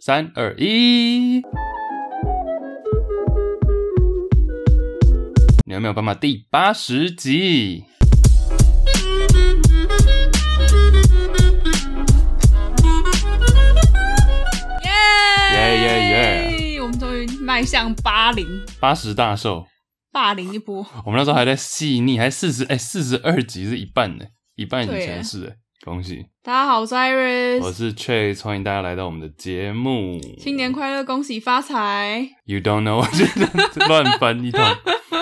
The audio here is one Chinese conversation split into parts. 三二一，你有没有办法？第八十集，耶耶耶！我们终于迈向八零，八十大寿。霸凌一波，我们那时候还在细腻，还四十哎，四十二集是一半呢，一半以对前耶是哎，恭喜！大家好，我是我 Iris，是 Chase，欢迎大家来到我们的节目。新年快乐，恭喜发财！ You don't know，我觉得乱翻 一通。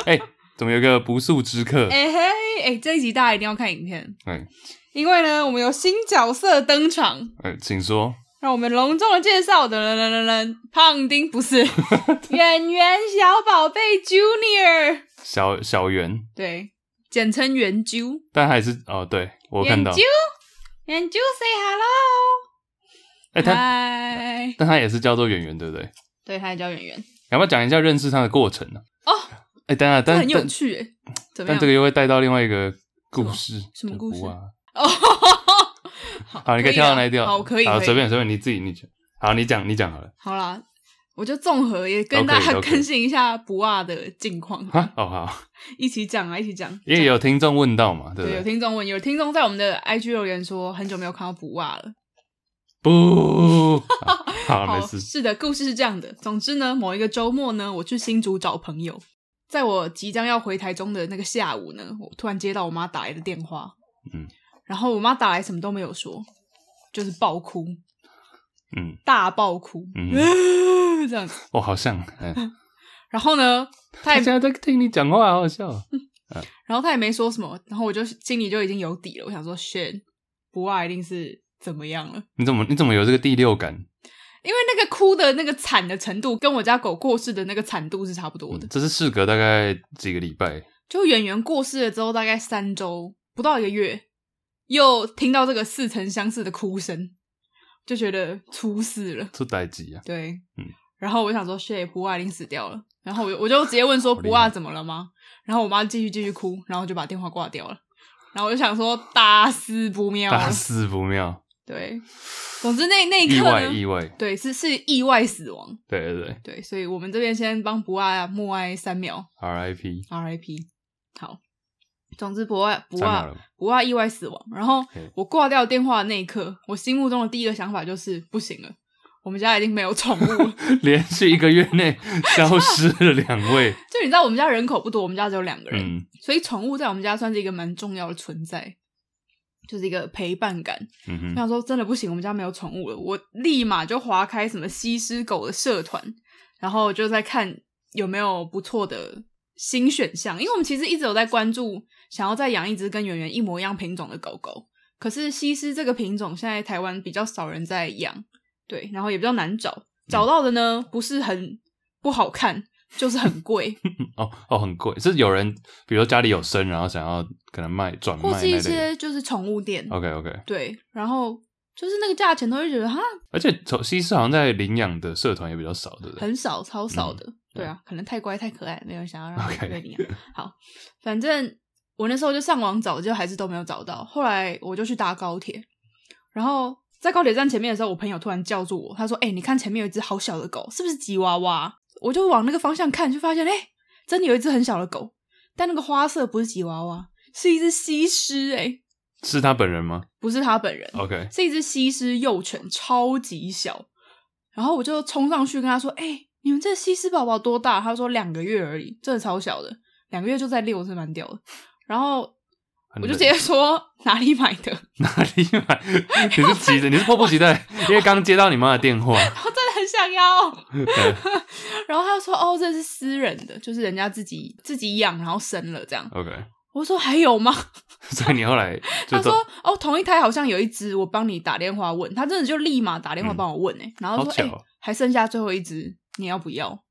哎、怎么有个不速之客？哎、嘿，哎、这一集大家一定要看影片，哎、因为呢，我们有新角色登场，哎、请说。让我们隆重的介绍的人人人人胖丁不 是演员小宝贝 Junior，小小圆，对，简称圆啾，但还是哦，对我看圆到啾，，圆啾 say hello，哎、他嗨，但他也是叫做圆圆，对不对？对，他也叫圆圆，要不要讲一下认识他的过程呢、哦哎、等下，这但很有但趣耶，怎但么样这？个又会带到另外一个故事，什么什么故事不啊？ 哦，好，你可以以跳到啦那一条，好，可以，好，可以随便随便，你自己你讲，好，你讲你讲好了好啦，我就综合也跟都可大以家都可以更新一下不二的近况，啊，哦好，一起讲啊，一起讲。因为有听众问到嘛，对对不有对？听众问，有听众在我们的 IG 留言说，很久没有看到不二了。 不，好，好没事，是的，故事是这样的。总之呢，某一个周末呢，我去新竹找朋友，在我即将要回台中的那个下午呢，我突然接到我妈打来的电话，嗯，然后我妈打来什么都没有说，就是爆哭，嗯，大爆哭，嗯 这样子。我好像，嗯，然后呢，他她也现在在听你讲话，好好笑哦。然后他也没说什么，然后我就心里就已经有底了。我想说，shit，不爱一定是怎么样了，你怎么你怎么有这个第六感？因为那个哭的那个惨的程度，跟我家狗过世的那个惨度是差不多的。嗯这是事隔大概几个礼拜，就演员过世了之后，大概三周不到一个月，又听到这个似曾相识的哭声，就觉得出事了。出代级啊！对，嗯然后我就想说，shit，不爱已经死掉了。然后我就我就直接问说，好厉不害爱怎么了吗？然后我妈继续继续哭，然后就把电话挂掉了。然后我就想说，大事不妙了大，事不妙，对，总之那那一意啊刻外呢，意外，对，是是意外死亡，对对对对，所以我们这边先帮博爱啊默哀三秒，R.I.P. ，R.I.P. 好，总之博爱博三秒爱了，博爱意外死亡，然后嗯我挂掉电话的那一刻，我心目中的第一个想法就是不行了，我们家已经没有宠物了，连续一个月内消失了两 位，就你知道我们家人口不多，我们家只有两个人，嗯所以宠物在我们家算是一个蛮重要的存在。就是一个陪伴感，嗯我哼，想说真的不行，我们家没有宠物了，我立马就划开什么西施狗的社团，然后就在看有没有不错的新选项，因为我们其实一直有在关注，想要再养一只跟圆圆一模一样品种的狗狗，可是西施这个品种现在台湾比较少人在养，对，然后也比较难找，嗯找到的呢不是很不好看，就是很 贵，哦哦，很贵，是有人，比如说家里有生，然后想要可能卖转卖或那是一类的。哦些就是宠物店， OK OK，对，然后就是那个价钱都会觉得哈而且从西施好像在领养的社团也比较少，对不对？很少，超少嗯的。对啊，可能太乖太可爱，没有人想要让 OK 它被领养。啊好，反正我那时候就上网找，就还是都没有找到。后来我就去搭高铁，然后在高铁站前面的时候，我朋友突然叫住我，他说：“哎、你看前面有一只好小的狗，是不是吉娃娃？”我就往那个方向看，就发现哎、诶真的有一只很小的狗，但那个花色不是吉娃娃，是一只西施、诶哎，是他本人吗不是它本人。 ？OK，是一只西施幼犬，超级小。然后我就冲上去跟他说：“哎、你们这西施宝宝多大？”他说：“两个月而已，真的超小的，两个月就在遛，是蛮屌的。”然后很我就冷直接说：“哪里买的？” 哪里买？ 你是急的，你是迫不及待，因为刚接到你妈的电话。我真的很想要。对然后他就说：“哦，这是私人的，就是人家自己自己养，然后生了这样。 OK，” 我说：“还有吗？”所以你后来就他都说：“哦，同一胎好像有一只，我帮你打电话问。”他真的就立马打电话嗯帮我问哎、然后好说：“巧哎、哦还剩下最后一只，你要不要？”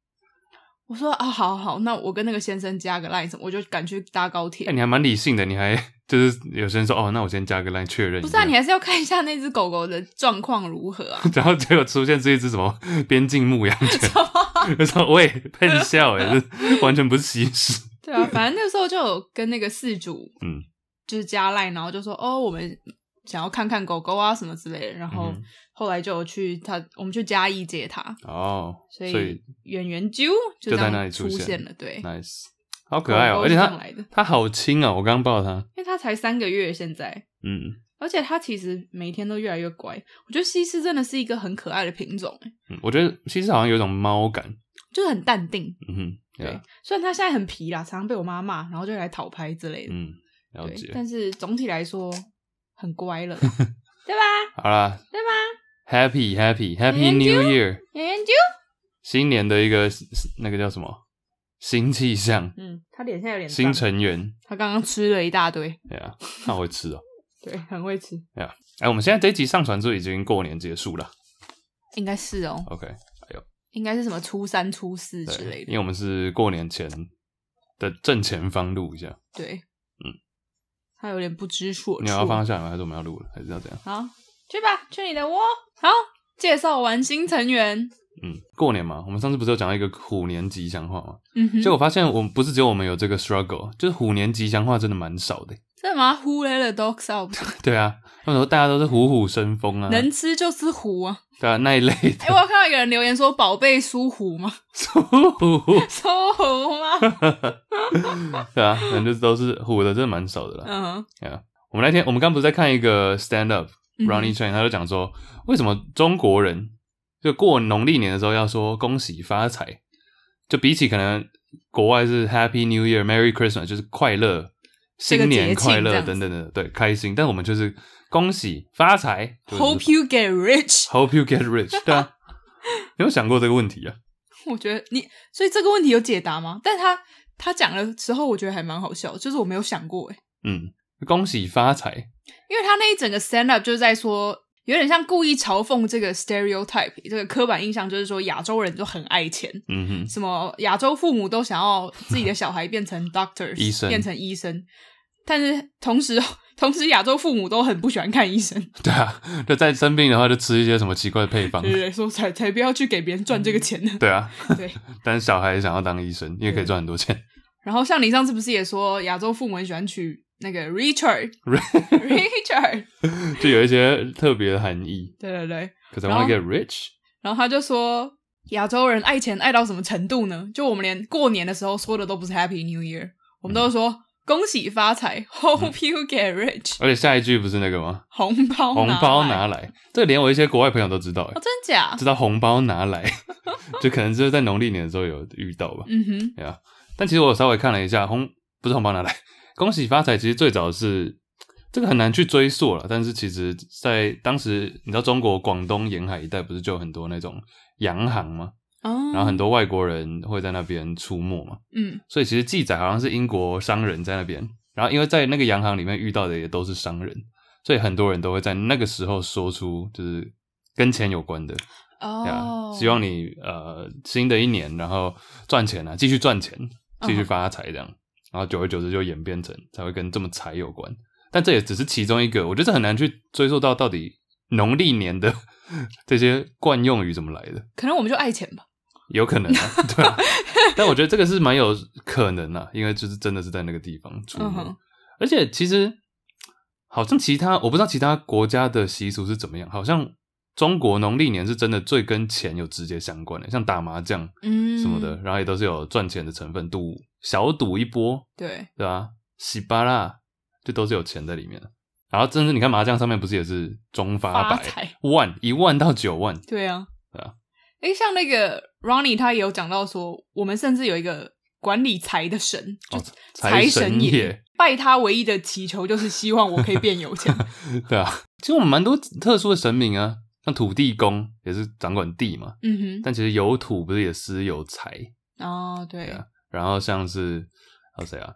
我说：“啊，好好，那我跟那个先生加个 line 什么，我就赶去搭高铁。哎、你还蛮理性的，你还就是有些人说哦，那我先加个 line 确认一不下。是啊，你还是要看一下那只狗狗的状况如 何啊。然后结果出现这一只什么边境牧羊犬， 我说喂，喷笑哎， 这完全不是西施。对啊，反正那时候就有跟那个事主，嗯，就是加 line，然后就说：“哦，我们想要看看狗狗啊什么之类的。”然后嗯哼后来就有去他，我们去嘉义接他，哦，所所以圆圆啾就这在样那里出出现了，对， nice，好可爱哦、哎狗狗而是且这样它来的因它好轻哦、我刚抱它，为他才三个月现在，嗯而且他其实每天都越来越乖。我觉得西施真的是一个很可爱的品种，欸嗯，我觉得其实好像有一种猫感，就是很淡定。嗯哼，对 yeah，虽然他现在很皮啦，常常被我妈骂，然后就来讨拍之类的，嗯，了对，解，但是总体来说很乖 了，对吧？好啦，对吧？ Happy Happy Happy Thank New Year，圆圆啾，新年的一个那个叫什么新气象，嗯，他脸现在有点新脏，成员，他刚刚吃了一大堆，对啊，那我会吃哦、对，很会吃，哎、我们现在这一集上传之后已经过年结束了应该是哦， ，OK，应该是什么初三、初四之对类，因的。为我们是过年前的正前方录一下，对，嗯，他有点不知所措。你要放下来吗？还是我们要录了？还是要怎样？好，去吧，去你的窝。好，介绍完新成员。嗯，过年嘛，我们上次不是有讲到一个虎年吉祥话吗？嗯哼，结果发现我们不是只有我们有这个 struggle，就是虎年吉祥话真的蛮少的。 这嘛呼来了 dogs out，对啊，那时候大家都是虎虎生风啊，能吃就是虎啊！对啊那一类 哎、的。我有看到一个人留言说：“宝贝苏虎吗？ 苏虎吗对啊，反正就是都是虎的，真的蛮少的？”啦。嗯我们那天我们刚不是在看一个 stand up 嗯 Ronnie Chang，他就讲说，为什么中国人就过农历年的时候要说恭喜发财，就比起可能国外是 Happy New Year、Merry Christmas，就是快乐、这个新年节庆快这乐样子等等的，对，开心。但我们就是恭喜发财就是，Hope you get rich。 hope you get rich，对啊。你有想过这个问题啊？我觉得你，所以这个问题有解答吗？但他他讲的时候，我觉得还蛮好笑，就是我没有想过哎、嗯，恭喜发财，因为他那一整个 stand up 就是在说，有点像故意嘲讽这个 stereotype 这个刻板印象，就是说亚洲人就很爱钱，嗯哼，什么亚洲父母都想要自己的小孩 变成 doctors 医生变成医生，但是同时 同时亚洲父母都很不喜欢看医生，对啊，就在生病的话就吃一些什么奇怪的配方对，对对，说才才不要去给别人赚这个钱呢。对啊。对，但是小孩想要当医生，因为可以赚很多钱。然后像你上次不是也说亚洲父母很喜欢取那个 Richard Ri- Richard，就有一些特别的含义。对对对， Cause I 然后 wanna get rich。然后他就说，亚洲人爱钱爱到什么程度呢？就我们连过年的时候说的都不是 Happy New Year，我们嗯都是说、恭喜发财，Hope you get rich，、而且下一句不是那个吗？红包红包拿拿来来，这连我一些国外朋友都知道，哦，欸真假知？道红包拿来， 就可能就是在农历年的时候有遇到吧。嗯哼，对啊，但其实我稍微看了一下，红不是红包拿来，恭喜发财，其实最早是这个很难去追溯了，但是其实在当时，你知道中国广东沿海一带不是就有很多那种洋行吗？哦，然后很多外国人会在那边出没嘛。嗯所以其实记载好像是英国商人在那边，然后因为在那个洋行里面遇到的也都是商人，所以很多人都会在那个时候说出就是跟钱有关的，对啊哦，希望你呃新的一年然后赚钱啊，继续赚钱，继续发财这样，然后久而久之就演变成才会跟这么财有关，但这也只是其中一个，我觉得这很难去追溯到到底农历年的 这些惯用语怎么来的。可能我们就爱钱吧。有可能啊，对啊。但我觉得这个是蛮有可能啊，因为就是真的是在那个地方出嗯没，哼，而且其实好像其他我不知道其他国家的习俗是怎么样，好像中国农历年是真的最跟钱有直接相关的，像打麻将嗯，什么的，，然后也都是有赚钱的成分，赌小赌一波，对，对吧、啊？洗巴啦，这都是有钱在里面的。然后，甚至你看麻将上面不是也是中发发百财，万一万到九万，对啊，对啊。诶，像那个 Ronnie 他也有讲到说，我们甚至有一个管理财的神，就哦财神爷爷，拜他唯一的祈求就是希望我可以变有钱。 对啊，其实我们蛮多特殊的神明啊，像土地公也是掌管地嘛，嗯但其实有土不是也私有财，哼，哦，对，对啊。然后像是还有谁啊？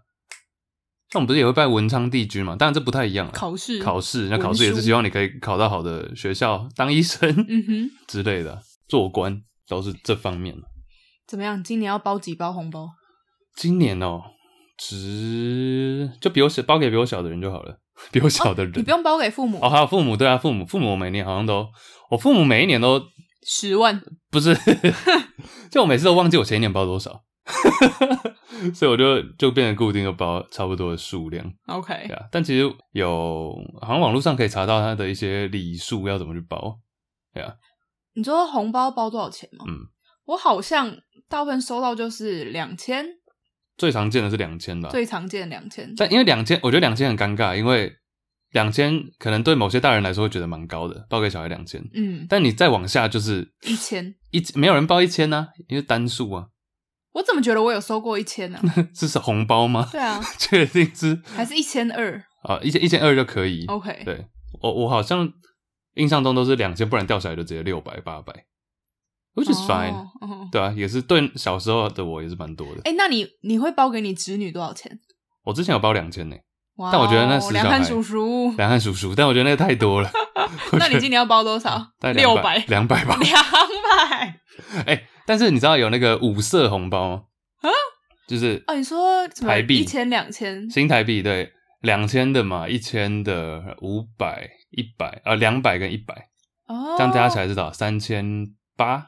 像我们不是也会拜文昌帝君嘛？当然这不太一样啊。考试，考，试，那考文试也是书希望你可以考到好的学校，当医生嗯哼， 之类的，做官都是这方面。怎么样？今年要包几包红包？今年哦，只就比我小包给比我小的人就好了， 比我小的人你不用包给父母哦，，还有父母，对啊，父母，父母我每年好像都，我父母每一年都十万，不是，就我每次都忘记我前一年包多少， 所以我就就变成固定就包差不多的数量，对 OK，啊。但其实有好像网络上可以查到它的一些礼数要怎么去包，对啊，你说红包包多少钱吗？嗯，我好像大部分收到就是两千，最常见的是两千吧，最常见两千。但因为两千，我觉得两千很尴尬，因为两千可能对某些大人来说会觉得蛮高的，报给小孩两千，嗯，但你再往下就是一千，一，没有人报一千呢、因为单数啊， 我怎么觉得我有收过一千呢、这是红包吗？ 对啊，确定是 还是一千二啊，一千一千二就可以。 ？OK，对我我好像印象中都是两千，不然掉下来就直接六百八百，which is fine、哦哦对啊，也是对小时候的我也是蛮多的。哎、那你你会包给你侄女多少钱？我之前有包两千呢，哇哦，但我觉得那死梁小汉孩 叔叔，两汉叔叔，但我觉得那个太多 了。，那你今年要包多少？六百 两百吧。两百。哎、但是你知道有那个五色红包吗？啊，就是哦，你说什么台币一千两千？新台币对，两千的嘛，一千的五百一百呃两百跟一百，哦，这样加起来是多少？三千八，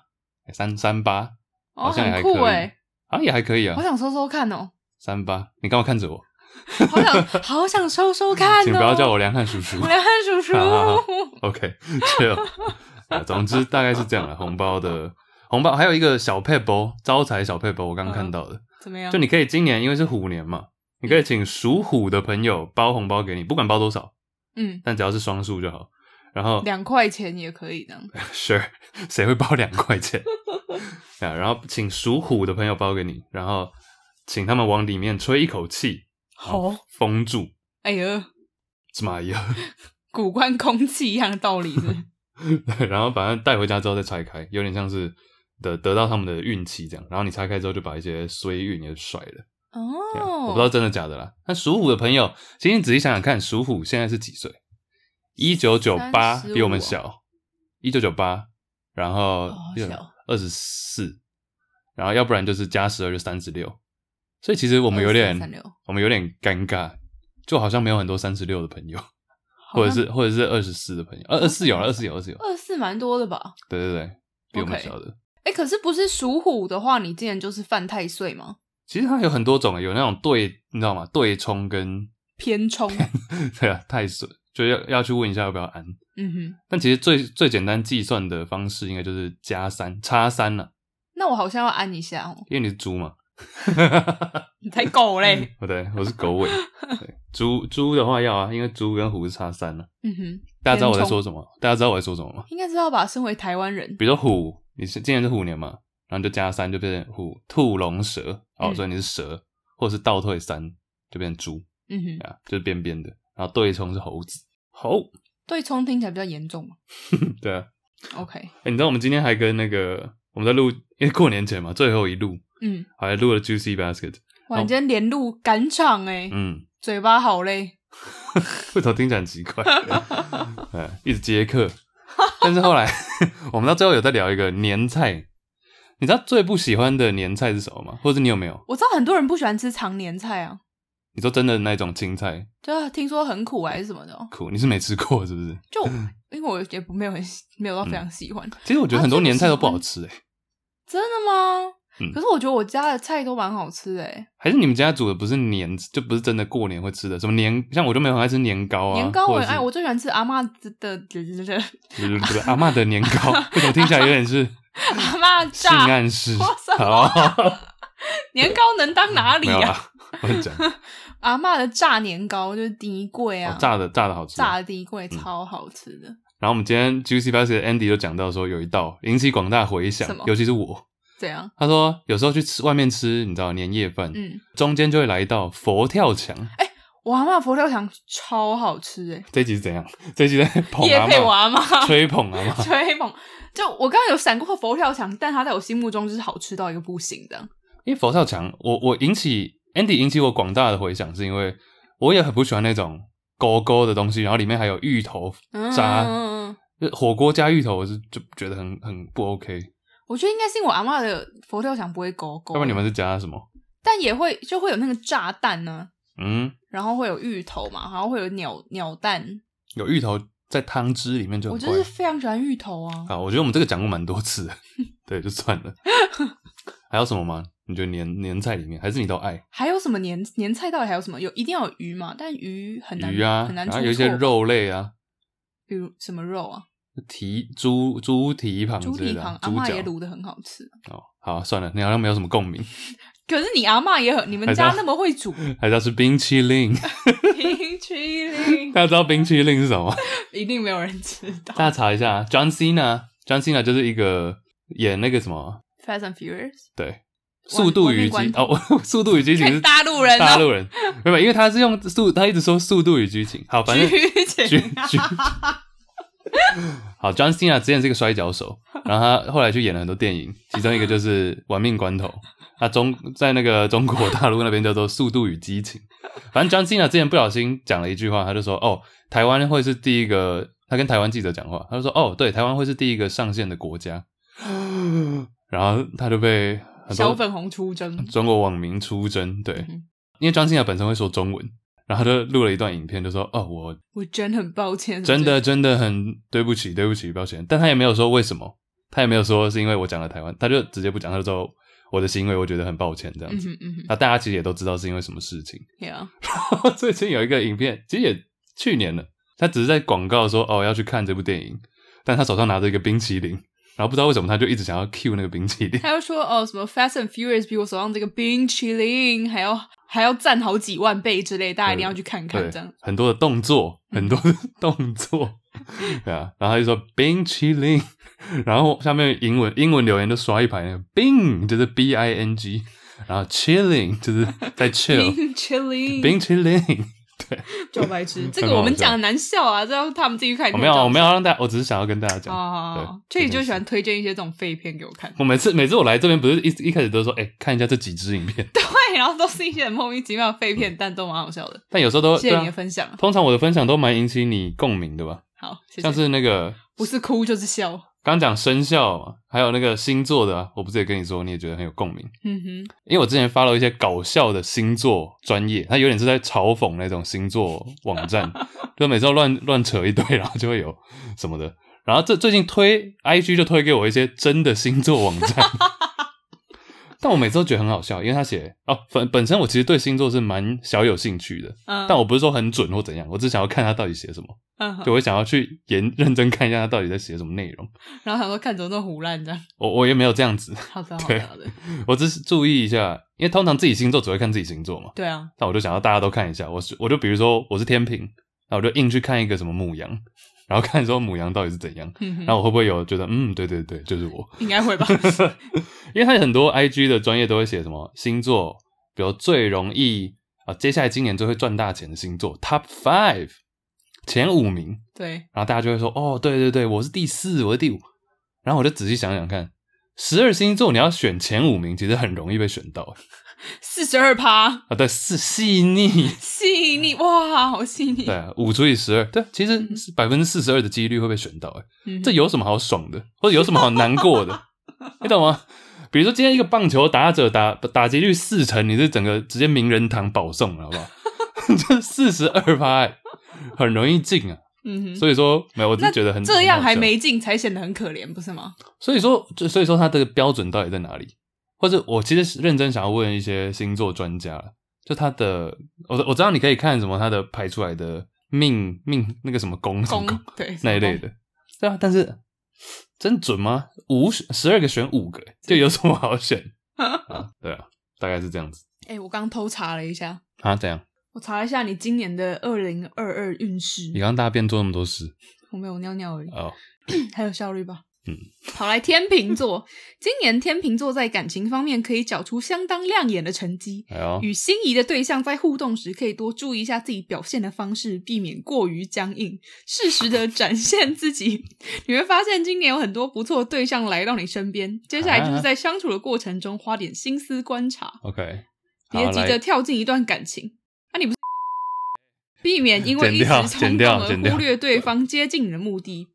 三三八哦，好像也很还可以酷哎，啊，也还可以啊好，想收收看哦，三八。你干嘛看着我？好想好想收收看 哦，请不要叫我梁汉叔 叔。梁汉 叔叔。好好好 OK，这样。啊总之大概是这样了。红包的红包还有一个小配包，招财小配包，我刚看到的。怎么样？就你可以今年因为是虎年嘛，你可以请属虎的朋友包红包给你，不管包多少，嗯，但只要是双数就好。然后两块钱也可以这样。 sure，谁会包两块 钱？啊，然后请属虎的朋友包给你，然后请他们往里面吹一口气，好，封住，哎呀，什么玩意儿？古关空气一样的道理是不 是对， 然后把它带回家之后再拆开，有点像是得得到他们的运气这样。然后你拆开之后就把一些衰运也甩了。这样哦，啊我不知道真的假的啦。那属虎的朋友，其实你仔细想想看，属虎现在是几岁？一九九八， 35比我们小，一九九八，然后哦小二十四，然后要不然就是加十二就三十六。所以其实我们有点， 23 36我们有点尴尬，就好像没有很多三十六的朋友，好或像者是或者是二十四的朋友，呃二二四有了，二四有，二四有，二四蛮多的吧？对对对，比我们 OK 小的。哎，可是不是属虎的话，你今年就是犯太岁吗？其实它有很多种，有那种对，你知道吗？对冲跟 偏冲，对啊，太损，就要要去问一下要不要安。嗯哼。但其实最最简单计算的方式，应该就是加三差三了、那我好像要安一下 哦，因为你是猪嘛。你才狗嘞！不对，我是狗 尾。对猪猪的话要啊，因为猪跟虎是差三了、嗯哼，大家知道我在偏重说什么？大家知道我在说什么吗？应该知道吧？身为台湾人，比如说虎，你是今年是虎年嘛，然后你就加三就变成虎兔龙蛇哦，嗯所以你是蛇，或者是倒退三就变成猪嗯哼，啊，就是边边的。然后对冲是猴子，猴对冲听起来比较严重嘛。对啊。 OK，欸你知道我们今天还跟那个我们在录，因为过年前嘛，最后一录，嗯，还录了 Juicy Basket。哇，你今天连路赶场哎、嗯，嘴巴好累。 为什么听起来很奇 怪？嗯，一直接客。但是后来 我们到最后有在聊一个年菜，你知道最不喜欢的年菜是什么吗？或者你有没有？我知道很多人不喜欢吃常年菜啊，你说真的那种青菜就听说很苦还是什么的哦，苦，你是没吃过是不是？就因为我也不没有很喜没有到嗯非常喜欢，其实我觉得很多年菜都不好吃诶、欸真的吗？嗯可是我觉得我家的菜都蛮好吃哎、还是你们家煮的不是年，就不是真的过年会吃的，什么年，像我就没有很爱吃年糕啊，欸年糕我或者很是爱，我最喜欢吃阿妈的 不是不是阿嬷的年 糕，为什么听起来有点是？阿妈性 炸暗示，哇塞好，年糕能当哪里没有啊？啦，乱 讲。阿妈的炸年糕就是第一柜啊，哦炸的嗯炸的好吃。炸的第一柜超好吃的，然后我们今天 Juicy Basket Andy 就讲到说，有一道引起广大回响什么，尤其是我。怎样？他说有时候去吃外面吃，你知道年夜饭，嗯，哎中间就会来一道佛跳墙。我阿妈佛跳墙超好吃哎、这一集是怎样？这一 集在捧夜阿配我妈，阿妈，吹捧阿妈。吹捧。就我刚刚有闪过佛跳墙，但它在我心目中就是好吃到一个不行这样。因为佛跳墙，我我引起 Andy 引起我广大的回响，是因为我也很不喜欢那种勾勾的东西，然后里面还有芋头，嗯炸嗯嗯嗯就火锅加芋头，我是就觉得很很不 OK。我觉得应该是因为我阿妈的佛跳墙不会勾勾，要不然你们是加什么？但也会就会有那个炸弹呢、嗯，然后会有芋头嘛，然后会有鸟鸟蛋。有芋头在汤汁里面就我很怪。就是非常喜欢芋头啊，好，我觉得我们这个讲过蛮多次的， 对，就算 了。还有什么吗？你觉得年年菜里面，还是你都爱还有什么年年菜到底还有什么？有一定要有鱼嘛，但鱼很难鱼啊？很难然出后错。有一些，肉类啊，比如什么肉啊？蹄猪猪蹄膀猪之类蹄的膀啊，，阿猪嬷脚也卤的很好吃。哦，好算了，你好像没有什么共鸣，可是你阿嬷也很，你们还是家要那么会煮还是要吃冰淇淋。 冰淇淋，大家知道冰淇淋是什么吗？ 一定没有人知道。大家查一下，John 啊 Cena，John Cena 就是一个演那个什么， Fast and Furious，对，《亡速度与命激关》头哦， 《速度与激情》 是大陆人大啊，陆人，没有，因为他是用速，他一直说《速度与激情》。好，反正剧情剧好，John Cena 之前是一个摔跤手，然后他后来去演了很多电影，其中一个就是《亡命关头》，他中在那个中国大陆那边叫做《速度与激情》。反正 John Cena 之前不小心讲了一句话，他就说：“哦，台湾会是第一个。”他跟台湾记者讲话，他就说：“哦，对，台湾会是第一个上线的国家。”然后他就被很小多粉红出征，中国网民出征，对嗯，因为张馨雅本身会说中文，然后他就录了一段影片，就说：“哦，我我真的很抱歉，真的真的很对不起，对不起，抱歉。”但他也没有说为什么，他也没有说是因为我讲了台湾，他就直接不讲，他就说我的行为我觉得很抱歉这样嗯子。哼嗯哼那、大家其实也都知道是因为什么事情。 ，Yeah，最近有一个影片，其实也去年了，他只是在广告说哦要去看这部电影，但他手上拿着一个冰淇淋，然后不知道为什么他就一直想要 cue 那个冰淇淋。他又说哦什么 Fast and Furious 比我手上这个冰淇淋还要还要赞好几万倍之类，大家一定要去看看对这样。，嗯很多的动作，很多的动作，对啊，然后他就说冰淇淋， 然后下面英文英文留言就刷一排那个冰，就是 B I N G，然后 chilling 就是 在 chill，冰淇淋，啊 冰淇淋，就白痴， 这很个好我们讲难笑啊，这要他们自己去看。我没有，我没有要让大家，我只是想要跟大家讲，啊对，这里就喜欢推荐一些这种废片给我 看，我每次每次我来这边不是一一开始都说，哎、看一下这几支影片，对，然后都是一些很莫名其妙的废片，但都蛮好笑的。但有时候都谢对谢啊你的分享，通常我的分享都蛮引起你共鸣的吧，好，谢像谢。是那个不是哭就是笑，刚讲生肖嘛，还有那个星座的啊、我不是也跟你说，你也觉得很有共鸣。嗯哼，因为我之前发了一些搞笑的星座专业，它有点是在嘲讽那种星座网 站，就每次都乱乱扯一堆，然后就会有什么的。然后这最近推 IG 就推给我一些真的星座网 站，但我每次都觉得很好笑，因为他写哦本本身我其实对星座是蛮小有兴趣的，嗯，但我不是说很准或怎样，我只想要看他到底写什么，嗯哼就我想要去研认真看一下他到底在写什么内容。然后想说看怎么那么胡乱这样，我我也没有这样子，好的好对的好的，我只是注意一下，因为通常自己星座只会看自己星座嘛。对啊，那我就想要大家都看一下，我是我就比如说我是天平，那我就硬去看一个什么母羊，然后看说母羊到底是怎样，嗯哼然后我会不会有觉得嗯对对对就是我，应该 会吧，因为他有很多 I G 的专业都会写什么星座，比如最容易啊接下来今年最会赚大钱的星座 Top Five 前五名，对，然后大家就会说哦对对对我是第四我是第五，然后我就仔细想想看，十二星座你要选前五名其实很容易被选到四十二趴，啊，对是细腻。细腻哇，好细腻嗯 对，啊，五除以十二，对，其嗯实是百分之四十二的几率会被选到，哎，嗯哼这有什么好爽的，或者有什么好难过 的？你懂吗？比如说今天一个棒球打者打打击率四成，你是整个直接名人堂保送了，好不 好？这四十二趴，哎很容易进啊。嗯哼，所以说，没有，我只那是觉得很这样很好还笑没进才显得很可怜，不是 吗？所以说，就所以说它的标准到底在哪里？或者我其实是认真想要问一些星座专家了，就他的，我我知道你可以看什么他的排出来的命命那个什么宫什么公宫对那一类，的，对啊，但是真准吗？五十二个选五个，就有什么好 选啊？对啊，大概是这样子哎，我刚偷查了一下，啊，怎样？我查了一下你今年的二零二二运势你，刚刚大便做那么多事我没有尿尿而已。哦，还有效率吧。嗯，好来天秤座，今年天秤座在感情方面可以缴出相当亮眼的成绩。哎呦，与心仪的对象在互动时，可以多注意一下自己表现的方式，避免过于僵硬，适时的展现自己。你会发现，今年有很多不错的对象来到你身边。接下来就是在相处的过程中，花点心思观察， ，OK，好啊别急着来，跳进一段感情。啊，你不是避免因为一剪掉剪时冲动掉而剪掉忽略对 方接近你的目的，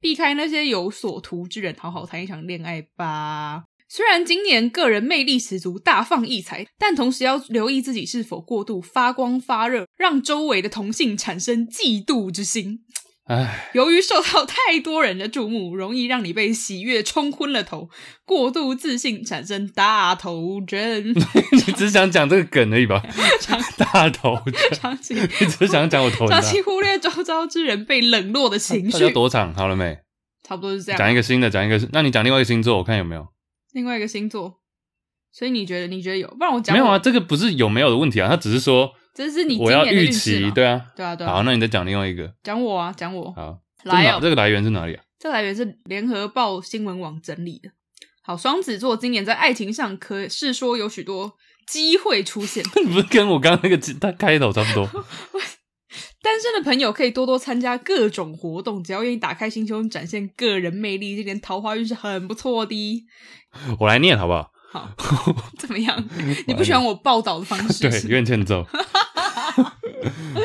避开那些有所图之人，好好谈一场恋爱吧。虽然今年个人魅力十足，大放异彩，但同时要留意自己是否过度发光发热，让周围的同性产生嫉妒之心。哎， 由于受到太多人的注目，容易让你被喜悦冲昏了头，过度自信产生大头 针。 你只想讲这个梗而已吧？大头 针，长期你只想讲我头很大。长期忽略周遭之人被冷落的情大家绪。啊躲场好了没？差不多是这讲一样。个新的，讲一个，那你讲另外一个星座，我看有没有？另外一个星座，所以你觉得你觉得有？不然我讲没有啊，我？这个不是有没有的问题啊，他只是说这是你今我要年的预运势期，嘛对啊。对啊对好，啊，那你再讲另外一个，讲我啊讲我，好，这是来哪哦，这个来源是哪里啊？这来源是联合报新闻网整理的。好，双子座今年在爱情上可是说有许多机会出现， 你 不是跟我刚刚那个他开头差不多？单身的朋友可以多多参加各种活动，只要愿意打开心胸，展现个人魅力，今年桃花运是很不错的。 我来念好不好？好，怎么样？你不喜欢我报道的方式对，是有吗？点欠 揍，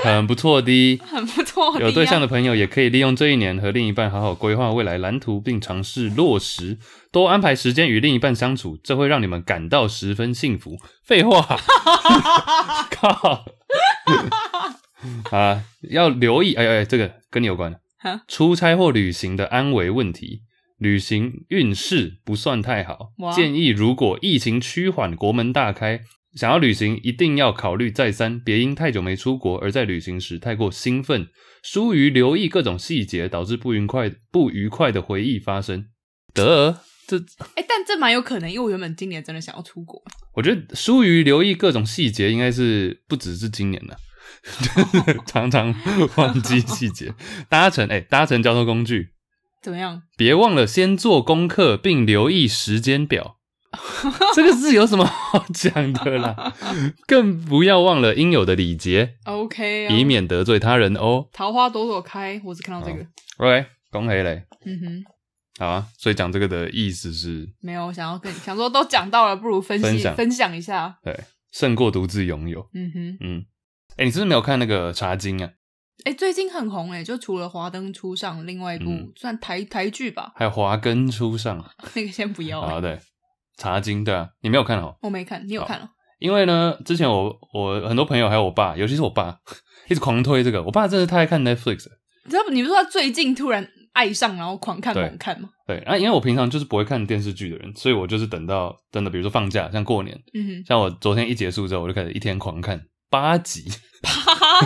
很不错的。很不错的呀。有对象的朋友也可以利用这一年和另一半好好规划未来蓝图，并尝试落实。多安排时间与另一半相处，这会让你们感到十分幸福。废 话，靠！啊，要留意，哎哎，这个跟你有关哈出差或旅行的安危问题。旅行运势不算太好哇，建议如果疫情趋缓，国门大开，想要旅行一定要考虑再三，别因太久没出国而在旅行时太过兴奋，疏于留意各种细节，导致不愉快不愉快的回忆发生。得，这哎、但这蛮有可能，因为我原本今年真的想要出国，我觉得疏于留意各种细节，应该是不只是今年的，常常忘记细节。搭乘，哎、搭乘交通工具，怎么样？别忘了先做功课，并留意时间表。这个是有什么好讲的啦？更不要忘了应有的礼节， OK，、啊、以免得罪他人哦。桃花朵朵开，我只看到这个。 OK，恭喜嘞，嗯哼，好啊。所以讲这个的意思是，没有，我想要跟你想说都讲到了，不如分析分分享享一下。对，胜过独自拥有。嗯哼，嗯，哎、你是不是没有看那个《茶经》啊？哎、最近很红哎、就除了《华灯初上》，另外一部、嗯算台台剧吧， 还有《华根初上》那个先不要、啊，对，《茶经》对啊，你没有看哦，我没看，你有看了？因为呢，之前我我很多朋友还有我爸，尤其是我爸，一直狂推这个。我爸真的太爱看 Netflix 了，你知道你不是说他最近突然爱上，然后狂看对猛看吗？对啊，因为我平常就是不会看电视剧的人，所以我就是等到真的，比如说放假，像过年， 嗯像我昨天一结束之后，我就开始一天狂看八集，哼，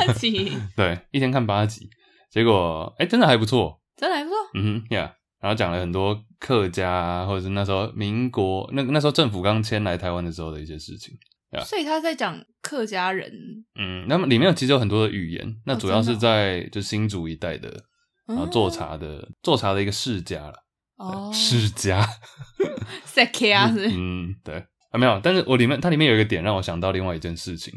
八集对，一天看八集，结果哎、真的还不错，真的还不 错。嗯哼呀。然后讲了很多客家啊，或者是那时候民国那那时候政府刚迁来台湾的时候的一些事情。Yeah 所以他在讲客家人，嗯，那么里面有其实有很多的语言，那哦主要真是的哦在就新竹一带的，然后哦做茶的做茶的一个世家了，嗯对哦，世家，在 K 啊，是不是 嗯，对啊，没有，但是我里面它里面有一个点让我想到另外一件事情，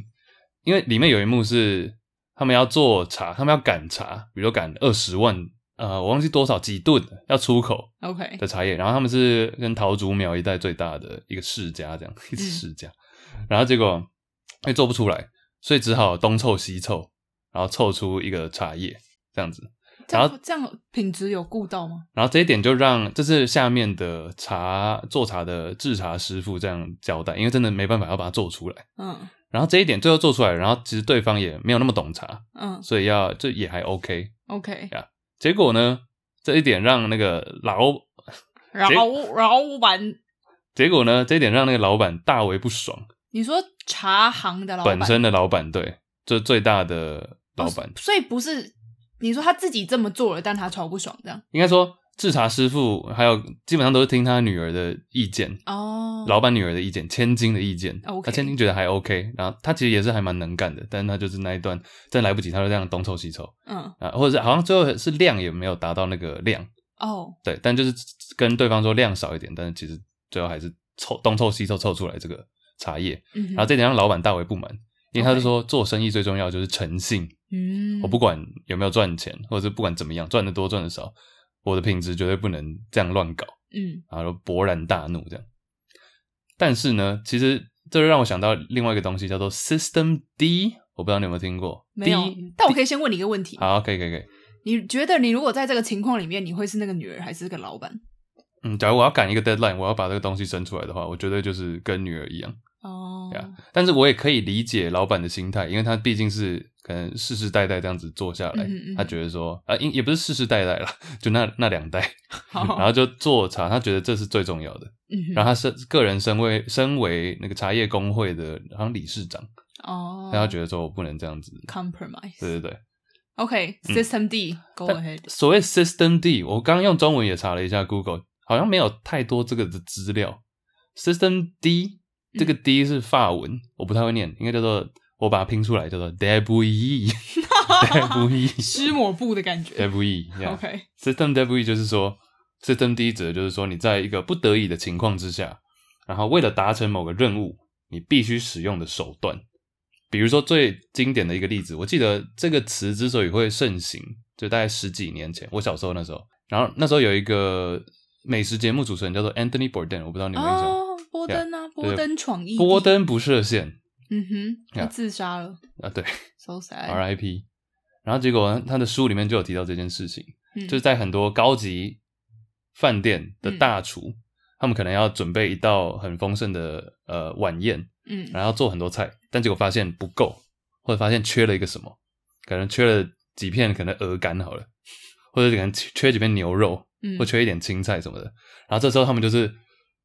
因为里面有一幕是他们要做茶，他们要赶茶，比如说赶二十万。呃，我忘记多少几吨要出口 OK，的茶叶，然后他们是跟桃竹苗一带最大的一个世家这样，一个世家，然后结果因为做不出来，所以只好东凑西凑，然后凑出一个茶叶这样子。这然样这样品质有顾到吗？然后这一点就让这是下面的茶做茶的制茶师傅这样交代，因为真的没办法要把它做出来。嗯然后这一点最后做出来了，然后其实对方也没有那么懂茶，嗯所以要这也还 OK。 ，OK，结果呢，这一点让那个老，然后然后板，结果呢，这一点让那个老板大为不爽，你说茶行的老板本身的老板对，这最大的老板哦，所以不是你说他自己这么做了，但他超不爽这样应该说制茶师傅还有基本上都是听他女儿的意见，哦，老板女儿的意见，千金的意见。 OK 他千金觉得还 OK，然后他其实也是还蛮能干的，但是他就是那一段真来不及，他就这样东凑西凑嗯啊，或者是好像最后是量也没有达到那个量，哦对，但就是跟对方说量少一点，但是其实最后还是凑东凑西凑凑出来这个茶叶，嗯哼，然后这点让老板大为不满，因为他就说做生意最重要就是诚信，嗯我不管有没有赚钱，或者是不管怎么样赚的多赚的少，我的品质绝对不能这样乱搞。嗯然后就勃然大怒这样。但是呢，其实这就让我想到另外一个东西，叫做 System D，我不知道你有没有听过。没有 D，，但我可以先问你一个问题，好，可以可以可以。你觉得你如果在这个情况里面，你会是那个女儿还是这个老板？嗯，假如我要赶一个 deadline，我要把这个东西生出来的话，我绝对就是跟女儿一样。哦 Yeah 但是我也可以理解老板的心态，因为他毕竟是可能世世代代这样子做下来，嗯嗯嗯他觉得说啊、因也不是世世代代啦，就那那两代，好，然后就做茶，他觉得这是最重要的。嗯哼然后他是个人身为身为那个茶叶工会的，好像理事长。哦，但他觉得说我不能这样子， compromise，对对对。嗯 OK，System、D，Go 但 ahead。所谓 System D，我刚刚用中文也查了一下 Google，好像没有太多这个的资料。System D 这个 D 是法文，我不太会念，应该叫做我把它拼出来叫做 Debye，Debye，Debye，湿抹布的感觉。 yeah OK， System Debye 就是说，System D 指的就是说你在一个不得已的情况之下，然后为了达成某个任务，你必须使用的手段。比如说最经典的一个例子，我记得这个词之所以会盛行，就大概十几年前，我小时候那时候，然后那时候有一个美食节目主持人叫做 Anthony Bourdain，我不知道你有没有印象。哦，波登啊，波登闯异地波，登不设限嗯哼，他 Yeah 自杀了啊，对，so sad。 ，R.I.P。然后结果他的书里面就有提到这件事情。嗯就是在很多高级饭店的大厨，他们可能要准备一道很丰盛的呃晚宴，嗯然后做很多菜，但结果发现不够，或者发现缺了一个什么，可能缺了几片可能鹅肝好了，或者可能缺缺几片牛肉，嗯或缺一点青菜什么的。然后这时候他们就是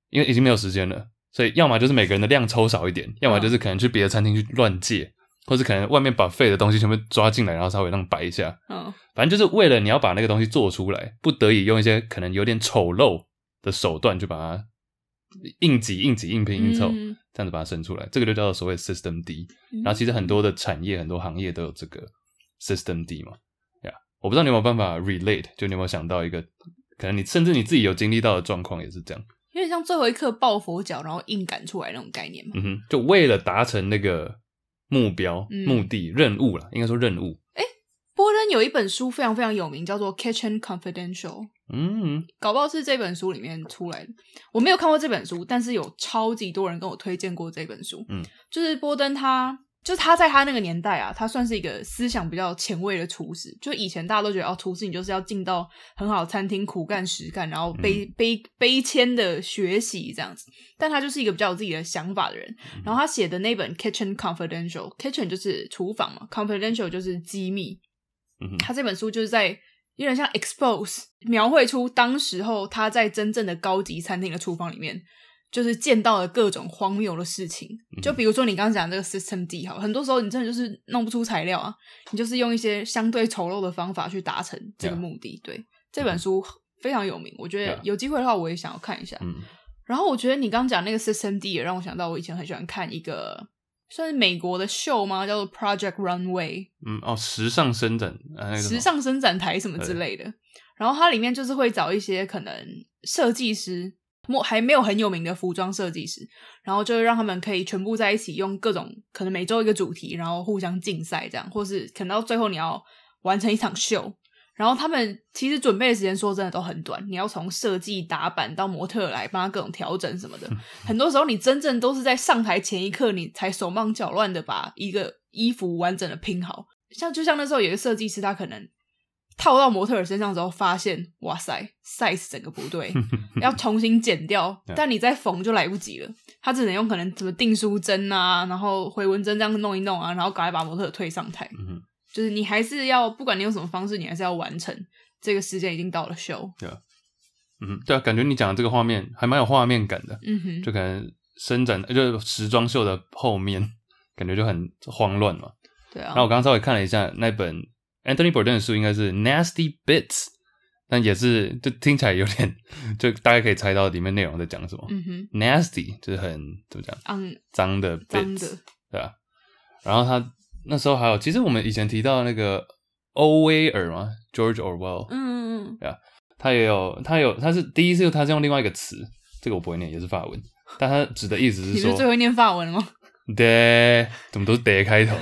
因为已经没有时间了，所以要么就是每个人的量抽少一点，要么嗯就是可能去别的餐厅去乱借，或是可能外面把废的东西全部抓进来，然后稍微让摆一下。嗯反正就是为了你要把那个东西做出来，不得已用一些可能有点丑陋的手段去把它硬挤、硬挤、硬拼、硬凑，嗯这样子把它生出来。这个就叫做所谓 System D。嗯然后其实很多的产业、很多行业都有这个 System D 嘛。呀、我不知道你有没有办法 relate，就你有没有想到一个可能你甚至你自己有经历到的状况也是这样。有点像最后一刻抱佛脚，然后硬赶出来那种概念嘛。嗯哼，就为了达成那个目标、嗯目的、任务啦，应该说任务。波登有一本书非常非常有名，叫做《Kitchen Confidential》，嗯，搞不好是这本书里面出来的。我没有看过这本书，但是有超级多人跟我推荐过这本书。嗯，就是波登他，就是他在他那个年代啊，他算是一个思想比较前卫的厨师。就以前大家都觉得哦，厨师你就是要进到很好的餐厅苦干实干，然后背、背背谦的学习这样子。但他就是一个比较有自己的想法的人。然后他写的那本《Kitchen Confidential》，Kitchen 就是厨房嘛，Confidential 就是机密。嗯哼，他这本书就是在有点像 expose 描绘出当时候他在真正的高级餐厅的厨房里面，就是见到了各种荒谬的事情。就比如说你刚刚讲这个 system D 哈，很多时候你真的就是弄不出材料啊，你就是用一些相对丑陋的方法去达成这个 Yeah 目的。对，这本书非常有名，我觉得 Yeah 有机会的话我也想要看一下。嗯然后我觉得你刚刚讲那个 System D 也让我想到，我以前很喜欢看一个算是美国的秀吗？叫做 Project Runway，嗯，哦，时尚伸展，啊、那个叫什么时尚伸展台什么之类的。然后它里面就是会找一些可能设计师，没还没有很有名的服装设计师，然后就会让他们可以全部在一起，用各种可能每周一个主题，然后互相竞赛这样，或是可能到最后你要完成一场秀。然后他们其实准备的时间说真的都很短，你要从设计打版到模特来帮他各种调整什么的，很多时候你真正都是在上台前一刻你才手忙脚乱的把一个衣服完整的拼好。像就像那时候有一个设计师，他可能套到模特儿身上之后，发现哇塞，size 整个不对， 要重新剪掉 Yeah.，但你再缝就来不及了。他只能用可能什么订书针啊，然后回纹针这样弄一弄啊，然后赶快把模特儿推上台。嗯哼就是你还是要，不管你用什么方式，你还是要完成。这个时间已经到了秀，嗯，对啊，感觉你讲的这个画面还蛮有画面感的，嗯哼，就可能伸展，呃就是时装秀的后面， 感觉就很慌乱嘛。对啊然后，我刚刚稍微看了一下那本 Anthony Bourdain 的书，应该是 Nasty Bits，但也是就听起来有点， 就大概可以猜到里面内容在讲什么。嗯哼， Nasty 就是很怎么讲，嗯，脏的 bits，脏的，对啊。然后他那时候还有，其实我们以前提到那个欧威尔嘛，George Orwell，嗯嗯他也有，他有，他是第一次他是用另外一个词，这个我不会念，也是法文，但他指的意思 你是不是最说会念法文了吗 de 怎么都是 de 开 头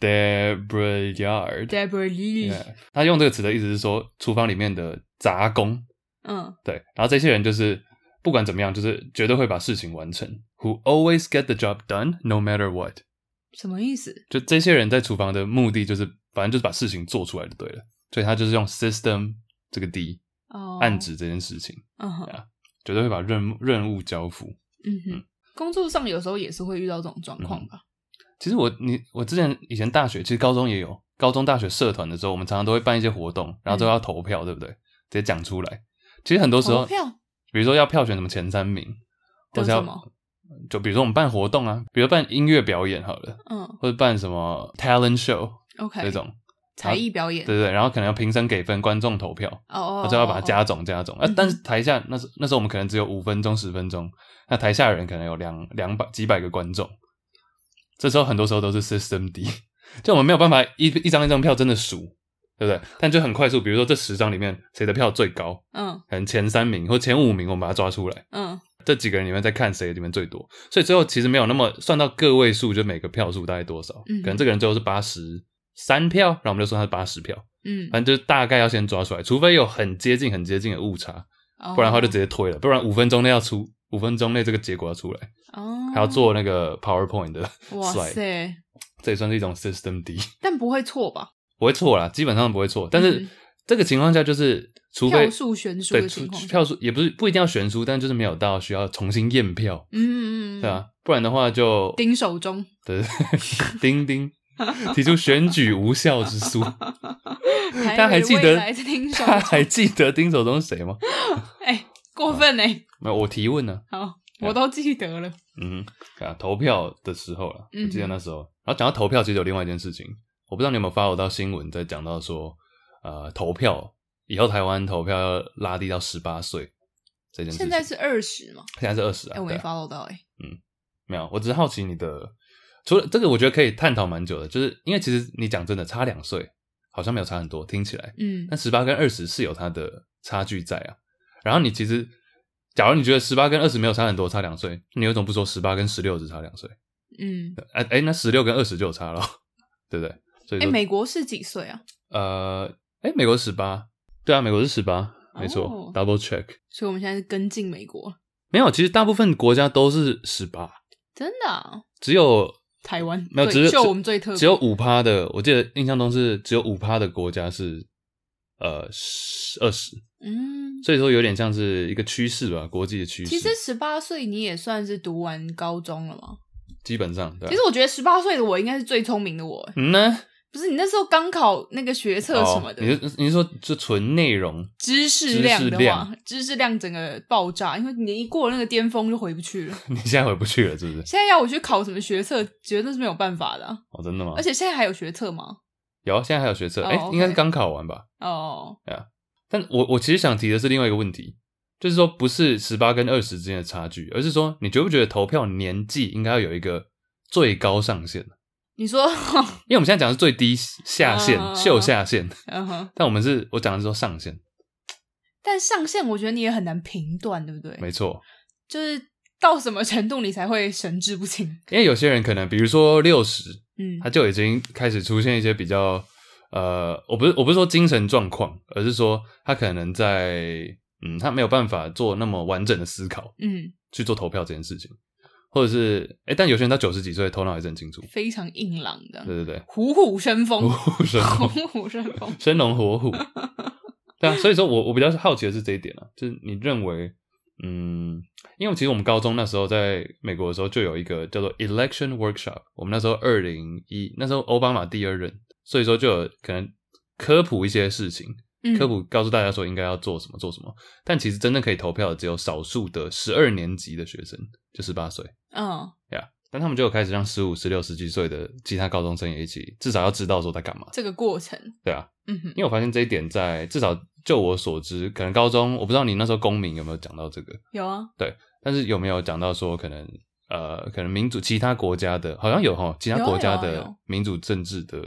，de brilliard， ？Deborah Lee，他用这个词的意思是说厨房里面的杂工，嗯对，然后这些人就是不管怎么样，就是绝对会把事情完成，who always get the job done no matter what，什么意思？就这些人在厨房的目的就是反正就是把事情做出来就对了，所以他就是用 system 这个 D 哦，暗，指这件事情。嗯哼，绝对会把任务任务交付。嗯哼，工作上有时候也是会遇到这种状况吧。其实我你我之前以前大学，其实高中也有，高中大学社团的时候，我们常常都会办一些活动，然后都要投票，对不对？直接讲出来。其实很多时候嗯投，票比如说要票选什么前三名，或得者什要呃么？就比如说我们办活动啊，比如办音乐表演好了，嗯或者办什么 talent show ，OK，这种，才艺表演，对对，然后可能要评审给分，观众投票，哦哦，他就要把它哦，加总加总。啊嗯哼，但是台下那时那时候我们可能只有五分钟十分钟，那台下的人可能有两两百几百个观众，这时候很多时候都是 system D，就我 们没有办法一一张一张票真的数，对不对？但就很快速，比如说这十张里面谁的票最高，哦可能前三名或前五名，我们把它抓出来。嗯嗯，这几个人里面再看谁里面最多，所以最后其实没有那么算到个位数，就每个票数大概多少，嗯可能这个人最后是八十三票，然后我们就算他八十票，嗯，反正就是大概要先抓出来，除非有很接近很接近的误差，哦哎不然的话就直接推了，不然五分钟内要出，五分钟内这个结果要出来，哦，还要，做那个 PowerPoint 的哇 slide，塞，这也算是一种 system D， 但不会错吧？不会错啦，基本上不会错，但是嗯这个情况下就是除非票数悬殊对的除情况，票数也不是不一定要悬殊，但就是没有到需要重新验票。嗯嗯嗯，对，啊，不然的话就丁守中，对，丁丁提出选举无效之 诉。大 大家还记得丁守他中，还记得丁守中是谁吗？ 哎，过分哎，没有，我提问呢、好，啊我都记得了，嗯，对啊，投票的时候了，嗯哼我记得那时候。然后讲到投票，其实有另外一件事情，我不知道你有没有 follow 到新闻，在讲到说，呃，投票以后台湾投票要拉低到十八岁这件事情。现在是二十嘛？现在是二十啊，哎，我没对啊 follow 到哎，没有，我只是好奇你的。除了这个，我觉得可以探讨蛮久的，就是因为其实你讲真的，差两岁好像没有差很多，听起来。嗯那十八跟二十是有它的差距在啊。然后你其实，假如你觉得十八跟二十没有差很多，差两岁，你为什么不说十八跟十六只差两岁？ 嗯，哎、哎，那十六跟二十就有差了，对不对？所以哎，说，美国是几岁啊？呃，哎，美国十八，对啊，美国是十八，没错、哦 d o u b l e check。所以我们现在是跟进美国，没有，其实大部分国家都是十八，真的啊，只有台湾没有，对只有就我们最特别只有五趴的，我记得印象中是只有五趴的国家是呃二十，嗯，所以说有点像是一个趋势吧，国际的趋势。其实十八岁你也算是读完高中了嘛。基本上，对啊、其实我觉得十八岁的我应该是最聪明的我，欸嗯呢，不是你那时候刚考那个学测什么哦、你的，是你是说就纯内容？ 知识量的话，知识量整个爆炸，因为你一过了那个巅峰就回不去了。你现在回不去了，是不是？现在要我去考什么学测，绝对是没有办法的啊、哦，真的吗而？且现在还有学测吗？有，现在还有学测，哦哎、 OK 应该是刚考完吧？哦，但我我其实想提的是另外一个问题，就是说不是十八跟二十之间的差距，而是说你觉不觉得投票年纪应该要有一个最高上限？你说， 因为我们现在讲的是最低下限、嗯嗯嗯秀下限，嗯哼，但我们是我讲的是说上限，但上限我觉得你也很难评断，对不对？没错。就是到什么程度你才会神志不清？因为有些人可能，比如说六十，嗯他就已经开始出现一些比较呃，我不是我不是说精神状况，而是说他可能在嗯，他没有办法做那么完整的思考嗯，去做投票这件事情，或者是诶、但有些人到九十几岁头脑还是很清楚，非常硬朗的，对对对，虎虎生风，虎虎生风虎虎生 风。生龙活虎，对啊，所以说我我比较好奇的是这一点啊，就是你认为嗯，因为其实我们高中那时候在美国的时候就有一个叫做 election workshop，我们那时候二零一那时候奥巴马第二任，所以说就有可能科普一些事情，嗯科普告诉大家说应该要做什么做什么，但其实真正可以投票的只有少数的十二年级的学生，就十八岁嗯，呀。但他们就有开始让十五、十六、十七岁的其他高中生也一起，至少要知道说在干嘛，这个过程，对啊。嗯哼，因为我发现这一点在至少就我所知，可能高中我不知道你那时候公民有没有讲到这个，有啊，但是有没有讲到说可能呃，可能民主其他国家的，好像有哈，其他有啊国家有啊有的啊民主政治的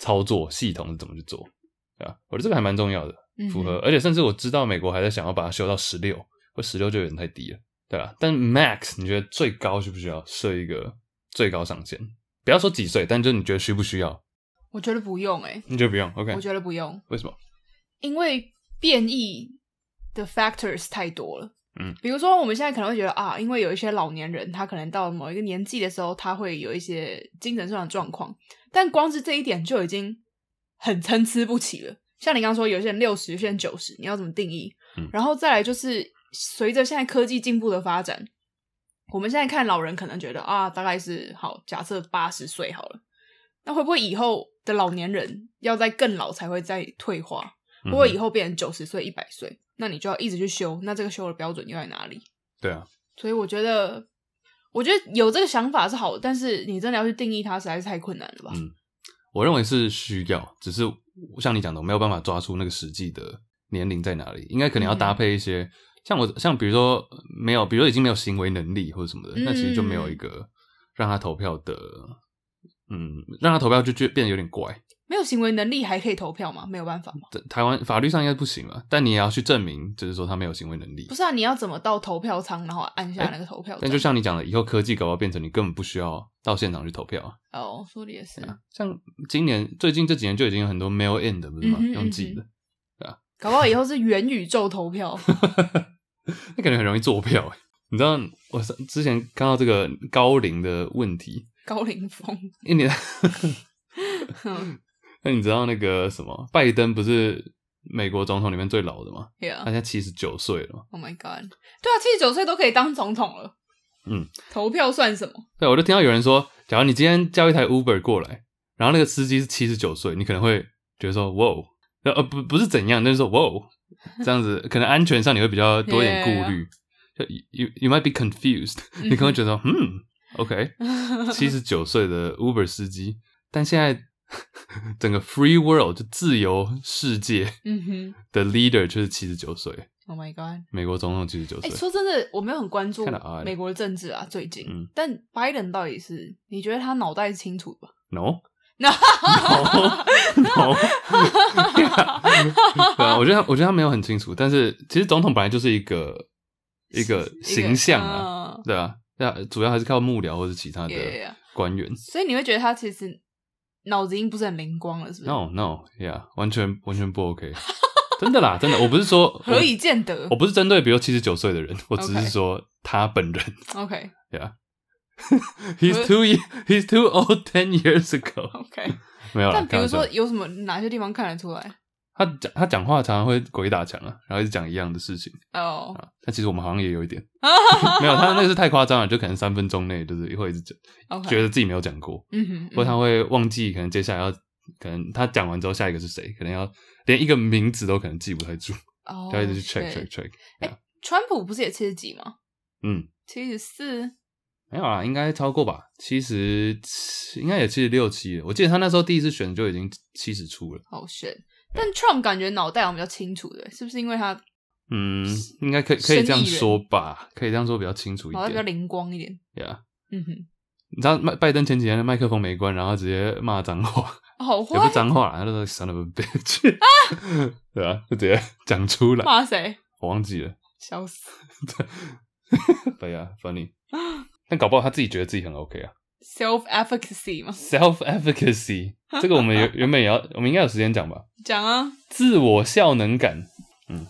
操作系统是怎么去做，对吧？我觉得这个还蛮重要的，嗯哼符合，而且甚至我知道美国还在想要把它修到十六，或十六就有点太低了，对吧？但 max 你觉得最高需不需要设一个最高上限？不要说几岁，但就你觉得需不需要？我觉得不用哎、你觉得不用？OK？我觉得不用，为什么？因为变异的 factors 太多了。嗯，比如说我们现在可能会觉得啊，因为有一些老年人，他可能到某一个年纪的时候，他会有一些精神上的状况，但光是这一点就已经很参差不齐了。像你刚刚说，有些人六十，有些人九十，你要怎么定义？嗯然后再来就是，随着现在科技进步的发展，我们现在看老人可能觉得啊，大概是好，假设八十岁好了，那会不会以后的老年人要在更老才会再退化？嗯不过以后变成九十岁、一百岁，那你就要一直去修，那这个修的标准又在哪里？对啊，所以我觉得，我觉得有这个想法是好的，但是你真的要去定义它，实在是太困难了吧？嗯我认为是需要，只是像你讲的，我没有办法抓出那个实际的年龄在哪里，应该可能要嗯搭配一些、像我像比如说没有，比如说已经没有行为能力或者什么的，那其实就没嗯有一个让他投票的，嗯，让他投票就就变得有点怪。没有行为能力还可以投票吗？没有办法吗？这台湾法律上应该不行嘛，但你也要去证明，就是说他没有行为能力不。是啊，啊你要怎么到投票仓，然后按下那个投票哎但键？就像你讲的，以后科技搞到变成你根本不需要到现场去投票啊。哦，说的也是，像今年最近这几年就已经有很多 mail in 的，不是吗？嗯哼用寄的，搞不好以后是元宇宙投票。那感觉很容易做票欸。你知道我上之前看到这个高龄的问题，高凌风，一 年，哼那你知道那个什么，拜登不是美国总统里面最老的吗？他 yeah，Oh 现在七十九岁了嘛。啊，Oh my god，对啊，七十九岁都可以当总统了，嗯，投票算什么？对，我就听到有人说，假如你今天叫一台 Uber 过来，然后那个司机是七十九岁，你可能会觉得说，哇哦，呃呃不不是怎样，但是说哇哦，这样子可能安全上你会比较多一点顾虑，就 you you might be confused，你 可能会觉得嗯，OK，七十九岁的 Uber 司机，但现在 整个 free world 就自由世界嗯哼的 leader 就是七十九岁， ，Oh my god，美国总统七十九哎、岁，说真的，我没有很关注 Kinda odd 美国的政治啊，最近，嗯但拜登到底是你觉得他脑袋是清楚的吧？ No. No. no no，对啊，我觉得他我觉得他没有很清楚，但是其实总统本来就是一个一个形象啊，啊，对啊，对啊，主要还是靠幕僚或是其他的 Yeah, yeah. 官员。所以你会觉得他其实脑子已经不是很灵光了，是不是 No no，yeah，完全完全不 OK，真的 啦，真的，我不是说我 何以见得我不是针对比如七十九岁的人，我只 OK 是说他本 人？OK ，He's too he's too old ten years ago， OK，没有啦，但比如开玩笑说有什么哪些地方看得出来？他讲他讲话常常会鬼打墙啊，然后一直讲一样的事情。哦、啊，但其实我们好像也有一 点，没有他那个是太夸张了，就可能三分钟内就是会一直讲， o k 啊觉得自己没有讲过，嗯哼，或嗯他会忘记，可能接下来要，可能他讲完之后下一个是谁，可能要连一个名字都可能记不太住，哦他要一直去 check 对 check check。川普不是也七十几吗？嗯，七十四。没有啊，应该超过吧，七十七，应该也七十六七了。我记得他那时候第一次选就已经七十出了，好选，？Oh 但 Trump 感觉脑袋好像比较清楚的，是不是因为他嗯，应该可以可以这样生意人说吧，可以这样说比较清楚一脑袋比较点。灵光一点？ Yeah，嗯哼，你知道麦拜登前几天的麦克风没关，然后直接骂脏话。好也不坏是脏话啦，他就说 “son of a bitch”，、对啊，就直接讲出来，骂谁？我忘记了。 笑死！对啊，funny。但搞不好他自己觉得自己很 OK 啊。 self efficacy 嘛， Self efficacy，这个我们原原本也要，我们应该有时间讲吧。讲啊，自我效能感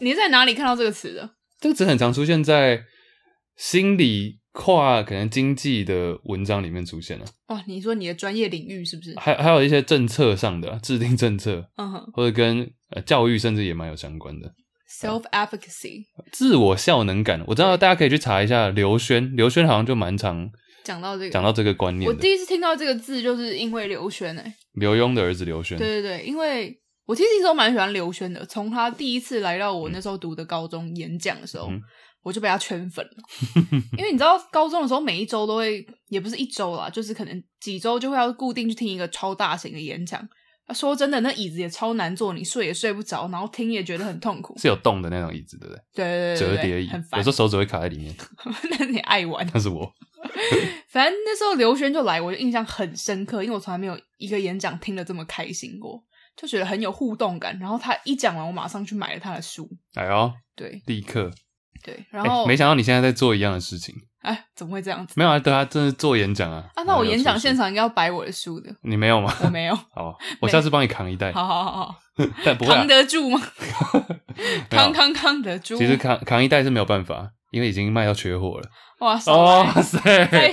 你是在哪里看到这个词的？这个词很常出现在心理跨可能经济的文章里面出现了、啊哇，你说你的专业领域是不是？还还有一些政策上的啊、制定政策，嗯哼或者跟呃教育甚至也蛮有相关的。 ，self efficacy 自我效能感，我知道大家可以去查一下刘轩，刘轩好像就蛮常讲到这讲个，到这个观我念的。第一次听到这个字就是因为刘轩哎、刘墉的儿子刘轩，对对对，因为我其实一直都蛮喜欢刘轩的，从他第一次来到我那时候读的高中演讲的时候，嗯我就被他圈粉了。因为你知道，高中的时候每一周都会，也不是一周啦，就是可能几周就会要固定去听一个超大型的演讲。啊说真的，那椅子也超难坐，你睡也睡不着，然后听也觉得很痛苦。是有动的那种椅子，对不对？对对对对对，折叠椅，很有烦时候。手指会卡在里面。 那你爱玩？但是我反正那时候刘轩就来，我就印象很深刻，因为我从来没有一个演讲听得这么开心过，就觉得很有互动感。然后他一讲完，我马上去买了他的书，哎呦，对立刻，对。然后哎，没想到你现在在做一样的事情。哎，怎么会这样子没有啊，对啊，真的是做演讲啊。啊？那我演讲现场场应该要摆我的书的，你没有吗？我 没有。 好，我下次帮你扛一袋。好好好好， 但不会啊扛，得住吗？ 没有扛扛扛得住？其实扛扛一袋是没有办法，因为已经卖到缺货 了。哇塞，哇塞！再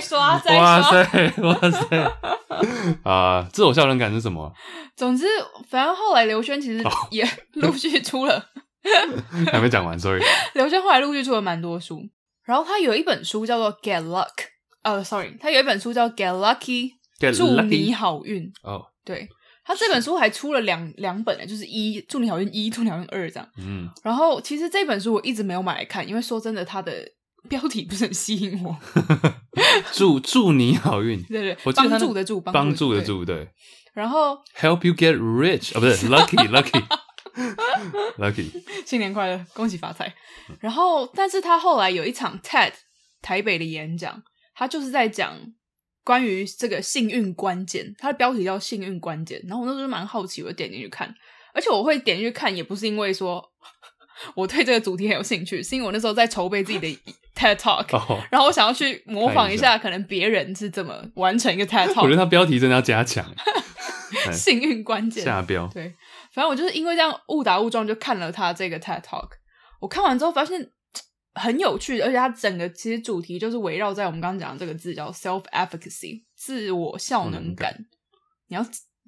刷再哇刷。塞，哇塞！ 啊，自我效能感是什么？总之，反正后来刘轩其实哦也 陆续出了。还没讲完，sorry。 刘轩后来陆续出了蛮多书，然后他有一本书叫做《Get Luck》，呃，sorry，他有一本书叫《Get Lucky》， Get 祝你 lucky 好运。哦，对他这本书还出了两两本呢，欸就是一祝你好运一，祝你好运二这样。嗯，然后其实这本书我一直没有买来看，因为说真的，它的标题不是很吸引我。 祝祝你好运，对对，我记得他帮那助的助，帮助的对。助，对，然后 Help you get rich 啊，不是 lucky lucky lucky，新年快乐，恭喜发财。然后，但是他后来有一场 TED 台北的演讲，他就是在讲关于这个幸运关键，他的标题叫“幸运关键”。然后我那时候就蛮好奇，我就点进去看，而且我会点进去看，也不是因为说 我对这个主题很有兴趣，是因为我那时候在筹备自己的 TED Talk，、哦，然后我想要去模仿一看下，可能别人是怎么完成一个 TED 我觉得 Talk，它标题真的要加强，哎幸运关键。下标对，反正我就是因为这样误打误撞就看了他这个 TED Talk。我看完之后发现很有趣，而且它整个其实主题就是围绕在我们刚刚讲的这个字叫 self efficacy，自我效能感。你要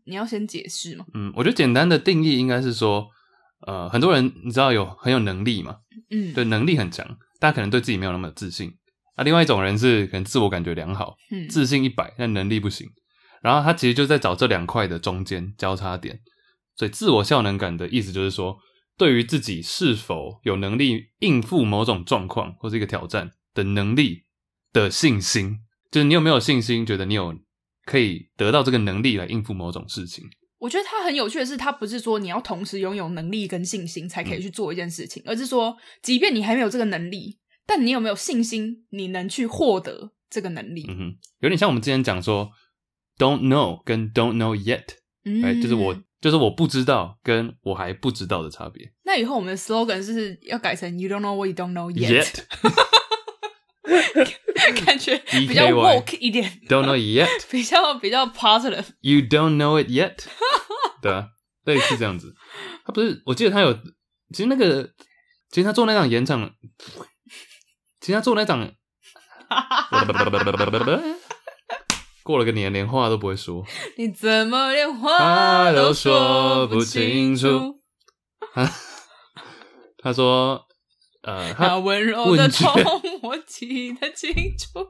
你要先解释吗？嗯，我觉得简单的定义应该是说，呃，很多人你知道有很有能力嘛，嗯，对，能力很强，大家可能对自己没有那么有自信。啊，另外一种人是可能自我感觉良好，嗯，自信一百，但能力不行。然后他其实就在找这两块的中间交叉点。所以自我效能感的意思就是说，对于自己是否有能力应付某种状况或是一个挑战的能力的信心，就是你有没有信心，觉得你有可以得到这个能力来应付某种事情。我觉得它很有趣的是，它不是说你要同时拥有能力跟信心才嗯可以去做一件事情，而是说，即便你还没有这个能力，但你有没有信心，你能去获得这个能力？嗯哼，有点像我们之前讲说，don't know 跟 don't know yet，嗯，哎、就是我就是我不知道跟我还不知道的差别。那以后我们的 slogan 是要改成 “You don't know what you don't know 嗯 yet”，, Yet 感觉比较 EKY woke 一点， don't know yet。比较比较 positive。 You don't know it yet 。对啊，类似这样子。他不是，我记得他有，其实那个，其实他做那场演讲，其实他做那场， 过了个年，连话都不会说。你怎么连话都说不清楚？他说，呃，那他温柔的痛问，我记得清楚。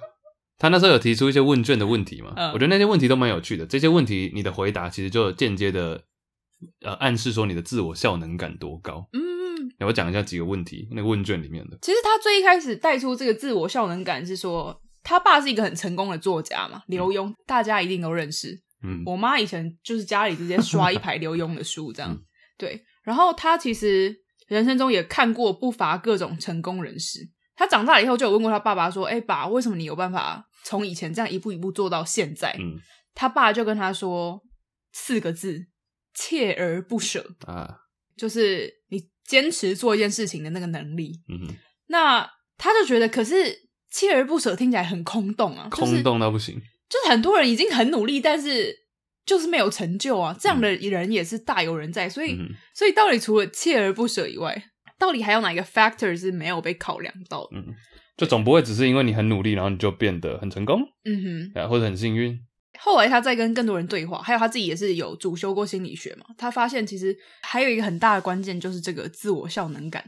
他那时候有提出一些问卷的问题嘛，嗯我觉得那些问题都蛮有趣的。这些问题你的回答其实就有间接的，呃，暗示说你的自我效能感多高。嗯，那我讲一下几个问题，那个问卷里面的。其实他最一开始带出这个自我效能感是说，他爸是一个很成功的作家嘛，刘墉，大家一定都认识。嗯，我妈以前就是家里直接刷一排刘墉的书，这嗯样 对。然后她其实人生中也看过不乏各种成功人士。她长大了以后就有问过她爸爸说：“哎、爸，为什么你有办法从以前这样一步一步做到现在？”嗯他爸就跟他说四个字：锲而不舍，啊，就是你坚持做一件事情的那个能力。嗯哼，那他就觉得，可是锲而不舍听起来很空洞啊，就是空洞到不行。就是很多人已经很努力，但是就是没有成就啊，这样的人也是大有人在。所以，嗯哼所以到底除了锲而不舍以外，到底还有哪一个 factor 是没有被考量到的？嗯，就总不会只是因为你很努力，然后你就变得很成功，嗯哼。啊，或者很幸运。后来他在跟更多人对话，还有他自己也是有主修过心理学嘛，他发现其实还有一个很大的关键就是这个自我效能感。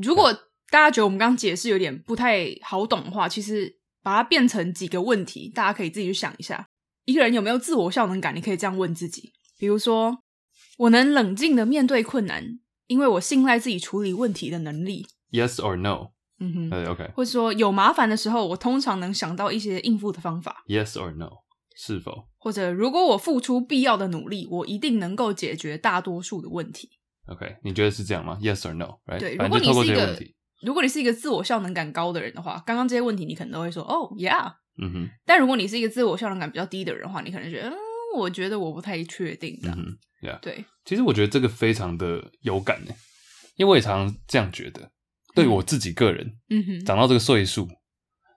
如果大家觉得我们刚刚解释有点不太好懂的话，其实把它变成几个问题，大家可以自己去想一下，一个人有没有自我效能感，你可以这样问自己，比如说，我能冷静的面对困难，因为我信赖自己处理问题的能力。 Yes or no？嗯哼，呃，OK。或者说有麻烦的时候，我通常能想到一些应付的方法。 Yes or no？是否或者如果我付出必要的努力，我一定能够解决大多数的问题。 ？OK，你觉得是这样吗？Yes or no？Right？对反正就如透果过这你是一些个问题。如果你是一个自我效能感高的人的话，刚刚这些问题你可能都会说哦，yeah。嗯哼，但如果你是一个自我效能感比较低的人的话，你可能觉得，嗯，我觉得我不太确定的。嗯哼。对，其实我觉得这个非常的有感呢，因为我也常常这样觉得。对我自己个人，嗯哼，长到这个岁数，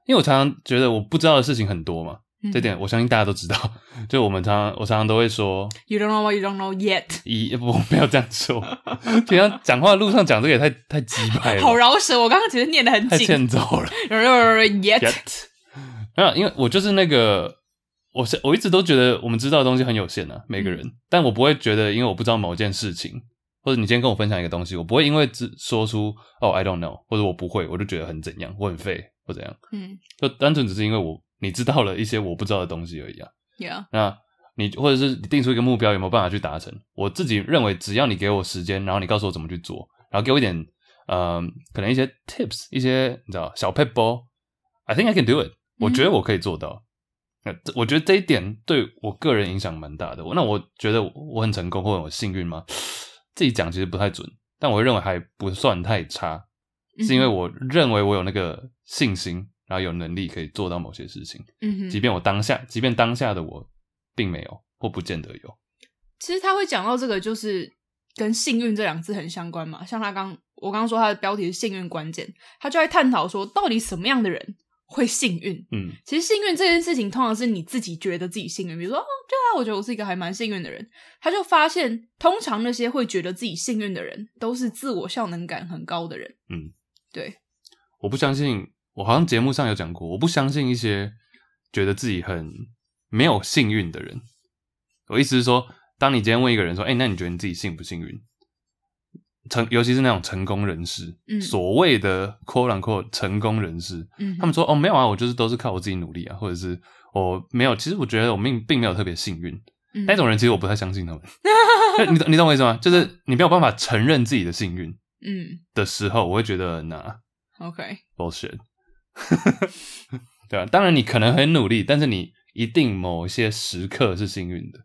因为我常常觉得我不知道的事情很多嘛，嗯这点我相信大家都知道。 就我们常常，我常常都会说， you don't know what you don't know yet，一不我没有这样说， 平常讲话路上讲这个也太 太鸡掰好了，饶舌，我刚刚其实念的很太紧欠揍了。有有有有 yet， Yet，那因为我就是那个，我是我一直都觉得我们知道的东西很有限啊，每个人，但我不会觉得，因为我不知道某件事情，或者你今天跟我分享一个东西，我不会因为只说出哦 I don't know，或者我不会，我就觉得很怎样，我很废或怎样，嗯就单纯只是因为我你知道了一些我不知道的东西而已啊。 ，yeah，那你或者是你定出一个目标，有没有办法去达成？我自己认为，只要你给我时间，然后你告诉我怎么去做，然后给我一点，呃，可能一些 tips，一些你知道小 p e b b l e i think I can do it，我觉得我可以做到。那这我觉得这一点对我个人影响蛮大的。我那我觉得我我很成功或者我幸运吗？自己讲其实不太准，但我认为还不算太差，是因为我认为我有那个信心，然后有能力可以做到某些事情，嗯哼即便我当下，即便当下的我并没有或不见得有。其实他会讲到这个，就是跟幸运这两字很相关嘛。像他刚我刚刚说他的标题是幸运关键，他就在探讨说，到底什么样的人会幸运？嗯其实幸运这件事情，通常是你自己觉得自己幸运，比如说，哦，对啊，我觉得我是一个还蛮幸运的人。他就发现，通常那些会觉得自己幸运的人，都是自我效能感很高的人。嗯，对，我不相信，我好像节目上有讲过，我不相信一些觉得自己很没有幸运的人。我意思是说，当你今天问一个人说：“哎、那你觉得你自己幸不幸运？”成，尤其是那种成功人士，嗯所谓的 “quote unquote” 成功人士，嗯哼，他们说：“哦，没有啊，我就是都是靠我自己努力啊，或者是我没有。其实我觉得我命并没有特别幸运。嗯那种人其实我不太相信他们。 你懂你懂我意思吗？就是你没有办法承认自己的幸运嗯的时候，我会觉得那、 ，OK， bullshit。对啊，当然你可能很努力，但是你一定某些时刻是幸运的。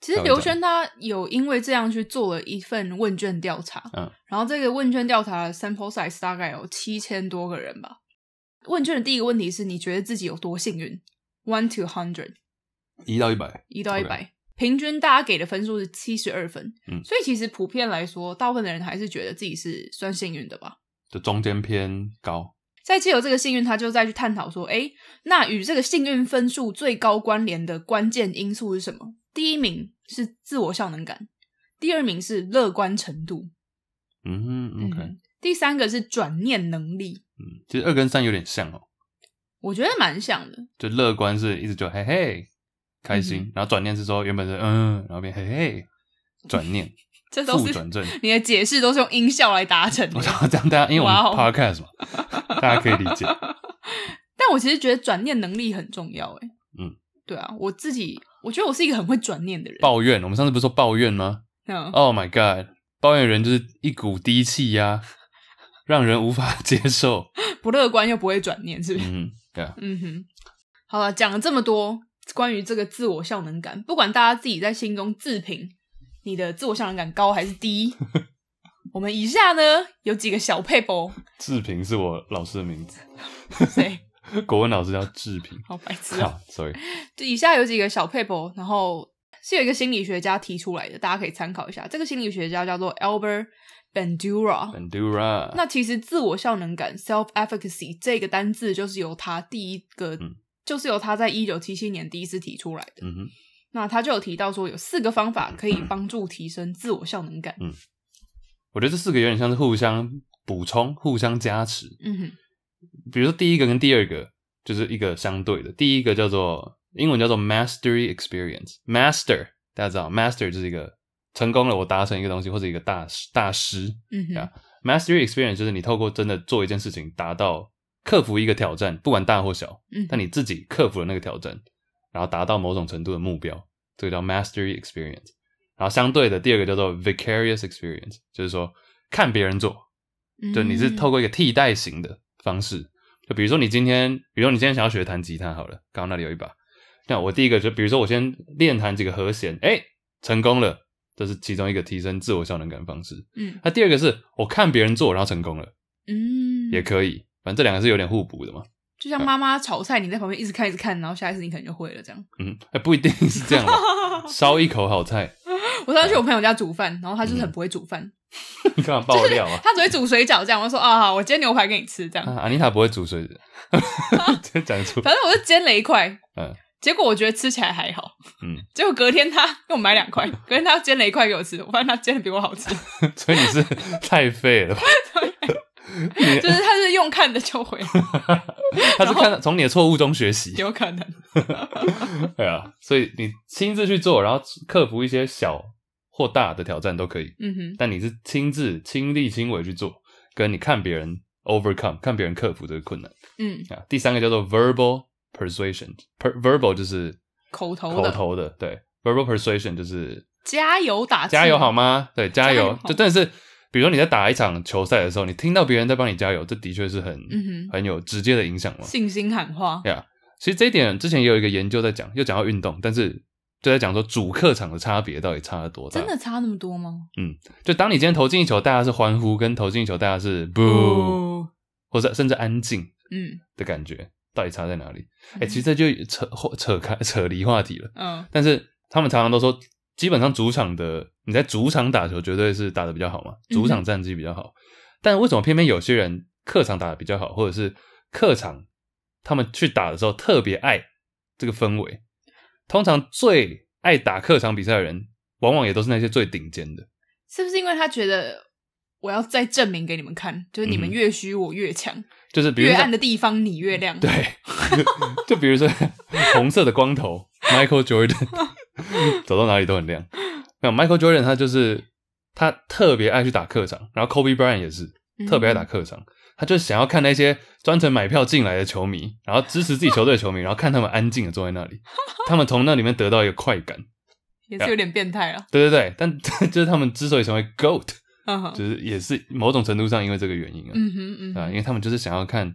其实刘轩他有因为这样去做了一份问卷调查，嗯，然后这个问卷调查的 sample size 大概有七千多个人吧。问卷的第一个问题是你觉得自己有多幸运？One to hundred，一到一百，一到一 OK 百平均大家给的分数是七十二分，啊嗯所以其实普遍来说，大部分的人还是觉得自己是算幸运的吧。就中间偏高。再借由这个幸运，他就再去探讨说，诶，那与这个幸运分数最高关联的关键因素是什么？第一名是自我效能感，第二名是乐观程度，嗯哼，OK，嗯第三个是转念能力，嗯，其实二跟三有点像哦，我觉得蛮像的。就乐观是一直就嘿嘿开嗯心，然后转念是说原本是嗯，然后变嘿嘿转念 这都负是转正。你的解释都是用音效来达成的我。想要这样，大家因为我们哇哦 podcast 嘛，大家可以理解。但我其实觉得转念能力很重要、诶，嗯，对啊，我自己我觉得我是一个很会转念的人。抱怨，我们上次不是说抱怨吗？嗯， Oh my god！抱怨人就是一股低气压，让人无法 接受。不乐观又不会转念，是不是？嗯，对啊，嗯哼，好了，讲了这么多关于这个自我效能感，不管大家自己在心中自评你的自我效能感高还是 低，我们以下呢有几个小配博，志平是我老师的名字，谁？国文老师叫志平。好白痴哦、好，sorry， 就以下有几个小配博，然后是有一个心理学家提出来的，大家可以参考一下。这个心理学家叫做 Albert Bandura。Bandura。那其实自我效能感 （self efficacy） 这个单字就是由他第一个，嗯就是由他在一九七七年第一次提出来的。嗯哼，那他就有提到说，有四个方法可以帮助提升自我效能感。我觉得这四个有点像是互相补充、互相加持。嗯哼，比如说第一个跟第二个就是一个相对的，第一个叫做英文叫做 mastery experience。master 大家知道，master 就是一个成功了，我达成一个东西或者一个大师大师。嗯哼 Yeah Mastery experience 就是你透过真的做一件事情，达到克服一个挑战，不管大或小，嗯但哼，你自己克服了那个挑战，然后达到某种程度的目标，这个叫 mastery experience。然后相对的，第二个叫做 vicarious experience，就是说看别人做，嗯就你是透过一个替代型的方式，就比如说你今天，比如说你今天想要学弹吉他好了，刚刚那里有一把，那我第一个就比如说我先练弹几个和弦，哎，成功了，这是其中一个提升自我效能感的方式。嗯那第二个是我看别人做，然后成功了，嗯，也可以，反正这两个是有点互补的嘛。就像妈妈炒菜，你在旁边一直看一直看，然后下一次你可能就会了这样。 嗯，哎、不一定是这样吧。烧一口好菜， 我上次去我朋友家煮饭，然后他就是很不会煮饭，你干嘛爆料 啊？他只会煮水饺这样。我就说啊，好我煎牛排给你吃这样。啊，安妮塔不会煮水的， 直接讲出。反正我就煎了一块，嗯，结果我觉得吃起来还好，嗯， 结果隔天他给我买两块，隔天他煎了一块给我吃，我发现他煎的比我好 吃，所以你是太废了吧？就是他是用看的就会了， 他是看到从你的错误中学习，有可能，对啊。所以你亲自去做，然后克服一些小或大的挑战都可以，嗯哼，但你是亲自亲力亲为去做，跟你看别人 overcome，看别人克服这个困难。嗯，啊，第三个叫做 verbal persuasion，per verbal 就是口头口的头的，对，verbal persuasion 就是加油打气，加油好吗？对，加加油油，好就真的是，比如说你在打一场球赛的时候，你听到别人在帮你加油，这的确是很、嗯很有直接的影响嘛哼，。信心喊话，啊 Yeah，其实这一点之前也有一个研究在讲，又讲到运动，但是就在讲说主客场的差别到底差了多大。真的差那么多吗？就当你今天投进一球，大家是欢呼，跟投进一球大家是 boo，、哦，或者甚至安静嗯的感觉，到底差在哪里？哎、嗯其实这就扯扯开 扯离话题了。嗯但是他们常常都说，基本上主场的你在主场打球绝对是打的比较好嘛，嗯哼主场战绩比较好。但为什么偏偏有些人客场打的比较好，或者是客场他们去打的时候特别爱这个氛围？通常最爱打客场比赛的人，往往也都是那些最顶尖的。是不是因为他觉得我要再证明给你们看，就是你们嗯哼越虚我越强，就是比如越说暗的地方你越亮。对， 就比如说 红色的光头 Michael Jordan，走 到哪里都很亮。那 Michael Jordan 他就是他特别爱去打客场，然后 Kobe Bryant 也是嗯，特别爱打客场，他就想要看那些专程买票进来的球迷，然后支持自己球队的球迷，然后看他们安静的坐在那里，他们从那里面得到一个快感。也是有点变态了。对对对，但 就是他们之所以成为 GOAT，嗯哼，就是也是某种程度上因为这个原因啊。嗯哼嗯啊啊，因哼，为他们就是想要看，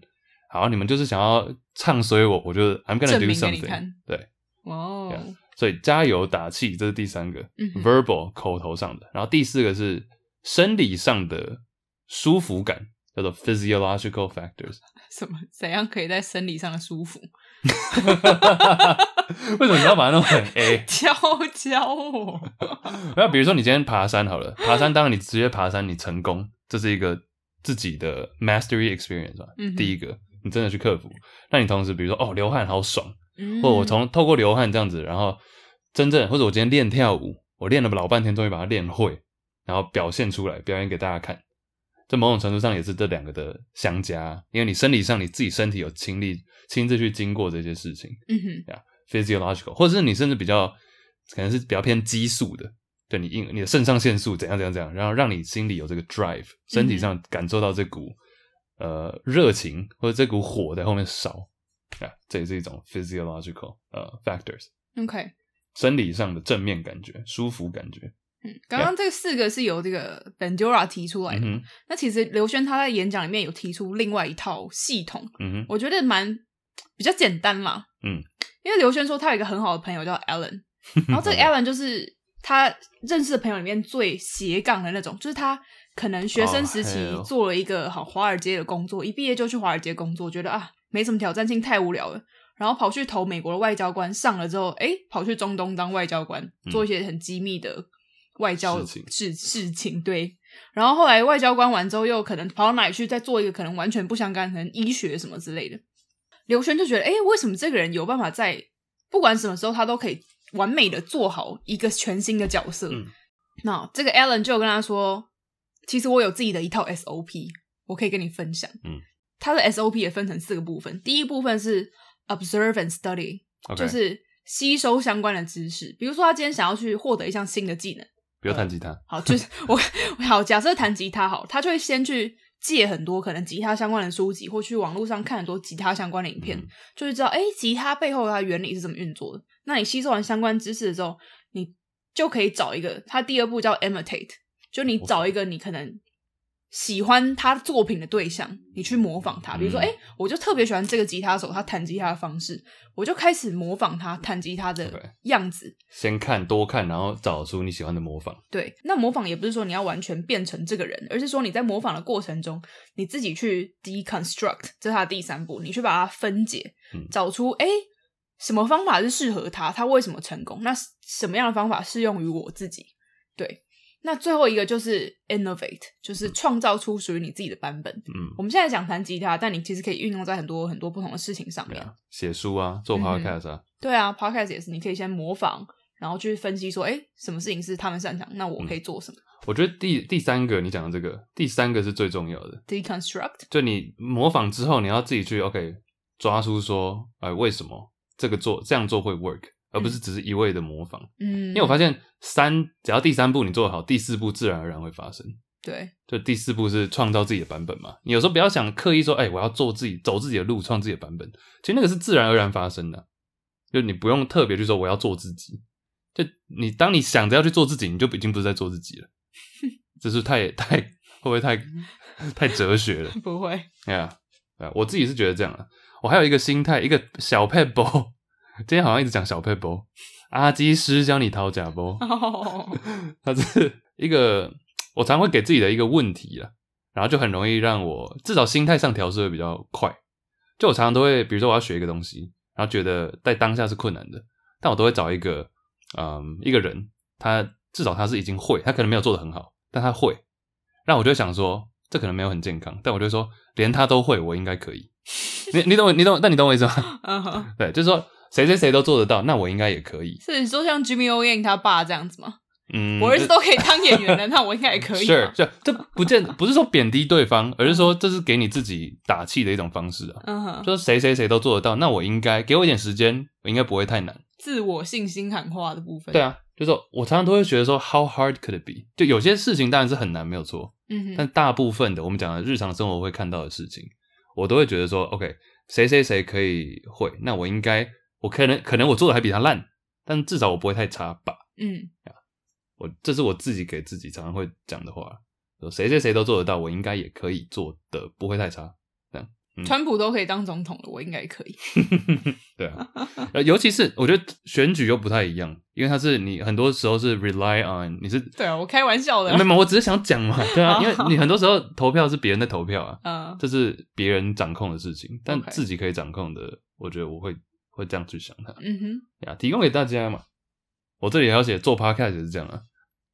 好，你们就是想要唱衰我，我就 I'm 证 gonna do 明给你看 something，对，啊哇哦，所以加油打气，这是第三个、嗯哼 verbal 口头上的，然后第四个是生理上的舒服感，叫做 physiological factors。什么怎样可以在生理上的 舒服？为什么你要把它弄得很 A？教教我，那比如说你今天爬山好了，爬山当然你直接爬山你成功，这是一个自己的 mastery experience 吧，嗯哼第一个你真的去克服。那你同时比如说哦流汗好爽，嗯或我从透过流汗这样子，然后真正或者我今天练跳舞，我练了老半天，终于把它练会，然后表现出来，表演给大家看。这某种程度上也是这两个的相加，因为你生理上你自己身体有经历，亲自去经过这些事情嗯哼，physiological，或者是你甚至比较可能是比较偏激素的，对你应你的肾上腺素怎样怎样怎样，然后让你心里有这个 drive，身体嗯上感受到这股、呃热情或者这股火在后面烧啊，这也是一种 physiological 呃 factors。 ，OK，生理上的正面感觉、舒服感觉。嗯，刚刚啊这四个是由这个 Bandura 提出来嗯的。哼，那其实刘轩他在演讲里面有提出另外一套系统，嗯哼，我觉得蛮比较简单啦。嗯，因为刘轩说他有一个很好的朋友叫 Alan，然后这个 Alan 就是他认识的朋友里面最斜杠的那种，就是他可能学生时期哦嘿哦做了一个好华尔街的工作，一毕业就去华尔街工作，觉得啊没什么挑战性，太无聊了。然后跑去投美国的外交官，上了之后，哎，跑去中东当外交官，做一些很机密的外交嗯事情事事情，对。然后后来外交官完之后，又可能跑到哪里去，再做一个可能完全不相干，可能医学什么之类的。刘轩就觉得，哎，为什么这个人有办法在不管什么时候，他都可以完美的做好一个全新的角色？嗯那这个 Alan 就有跟他说，其实我有自己的一套 SOP，我可以跟你分享。嗯，他的 SOP 也分成四个部分，第一部分是 observe and study， OK，就是吸收相关的知识。比如说，他今天想要去获得一项新的技能，不要弹吉他。好，就是 我我好假设弹吉他好，他就会先去借很多可能吉他相关的书籍，或去网络上看很多吉他相关的影片，嗯就是知道哎、诶吉他背后它的原理是怎么运作的。那你吸收完相关知识之后，你就可以找一个，它第二步叫 imitate，就你找一个你可能喜欢他作品的对象，你去模仿他。比如说，嗯哎、我就特别喜欢这个吉他手他弹吉他的方式，我就开始模仿他弹吉他 OK 的样子。先看多看，然后找出你喜欢的模仿。对，那模仿也不是说你要完全变成这个人，而是说你在模仿的过程中，你自己去 deconstruct，这是它的第三步，你去把它分解，嗯找出诶什么方法是适合他，他为什么成功，那什么样的方法适用于我自己？对，那最后一个就是 innovate，就是创造出属于你自己的版本。嗯，我们现在讲弹吉他，但你其实可以运用在很多很多不同的事情上对面。啊，写书啊，做嗯 podcast 啊，对啊，podcast 也是，你可以先模仿，然后去分析说，诶什么事情是他们擅长，那嗯我可以做什么、我觉得第第三个你讲的这个，第三个是最重要的。 deconstruct。就你模仿之后，你要自己去 OK 抓出说，哎，为什么这个做这样做会 work，而不是只是一味的模仿。嗯，因为我发现三只要第三步你做得好，第四步自然而然会发生。对，就第四步是创造自己的版本嘛。你有时候不要想刻意说，哎、我要做自己走自己的路，创自己的版本。其实那个是自然而然发生的，就你不用特别去说我要做自己。就你当你想着要去做自己，你就已经不是在做自己了。这是太太 会不会太太哲学了？不会， 哎呀，对啊我自己是觉得这样啊。我还有一个心态，一个小 pebble，今 天好像一直讲小 pebble，阿基师教你掏假包，哦，它是 一个我常会给自己的一个问题啊，然后就很容易让我至少心态上调试会比较快。就我常常都会，比如说我要学一个东西，然后觉得在当下是困难的，但我都会找一个嗯一个人，他至少他是已经会，他可能没有做的很好，但他会，那我就会想说这可能没有很健康，但我就会说连他都会，我应该可以。你你懂我你懂，但你懂我意思吗？ 嗯哼，对，就是说谁谁谁都做得到，那我应该也可以。是你说像 Jimmy O Yang 他爸这样子吗？嗯，我儿子都可以当演员 了，那我应该也可以啊是吧。是，这不见不是说贬低对方，而是说这是给你自己打气的一种方式啊。嗯哼，就是谁谁谁都做得到，那我应该给我一点时间，我应该不会太难。自我信心喊话的部分。对，啊，就是说我常常都会觉得说，How hard could it be？就有些事情当然是很难，没有错，嗯哼，但大部分的我们讲的日常生活会看到的事情，我都会觉得说，OK，谁谁谁可以会，那我应该，我可能可能我做的还比他烂，但至少我不会太差吧。嗯我这是我自己给自己常常会讲的话，说谁谁谁都做得到，我应该也可以做的，不会太差。嗯川普都可以当总统了，我应该也可以。对啊，呃，尤其是我觉得选举又不太一样，因为它是你很多时候是 rely on 你是 对啊，我开玩笑的没。有没有，我只是想讲嘛，对啊，好因为 你很多时候投票是别人在投票啊，嗯，这是别人掌控的事情，但 OK 自己可以掌控的，我觉得我会会这样去想它嗯哼，呀，提供给大家嘛。我这里还要写做 podcast 也是这样啊，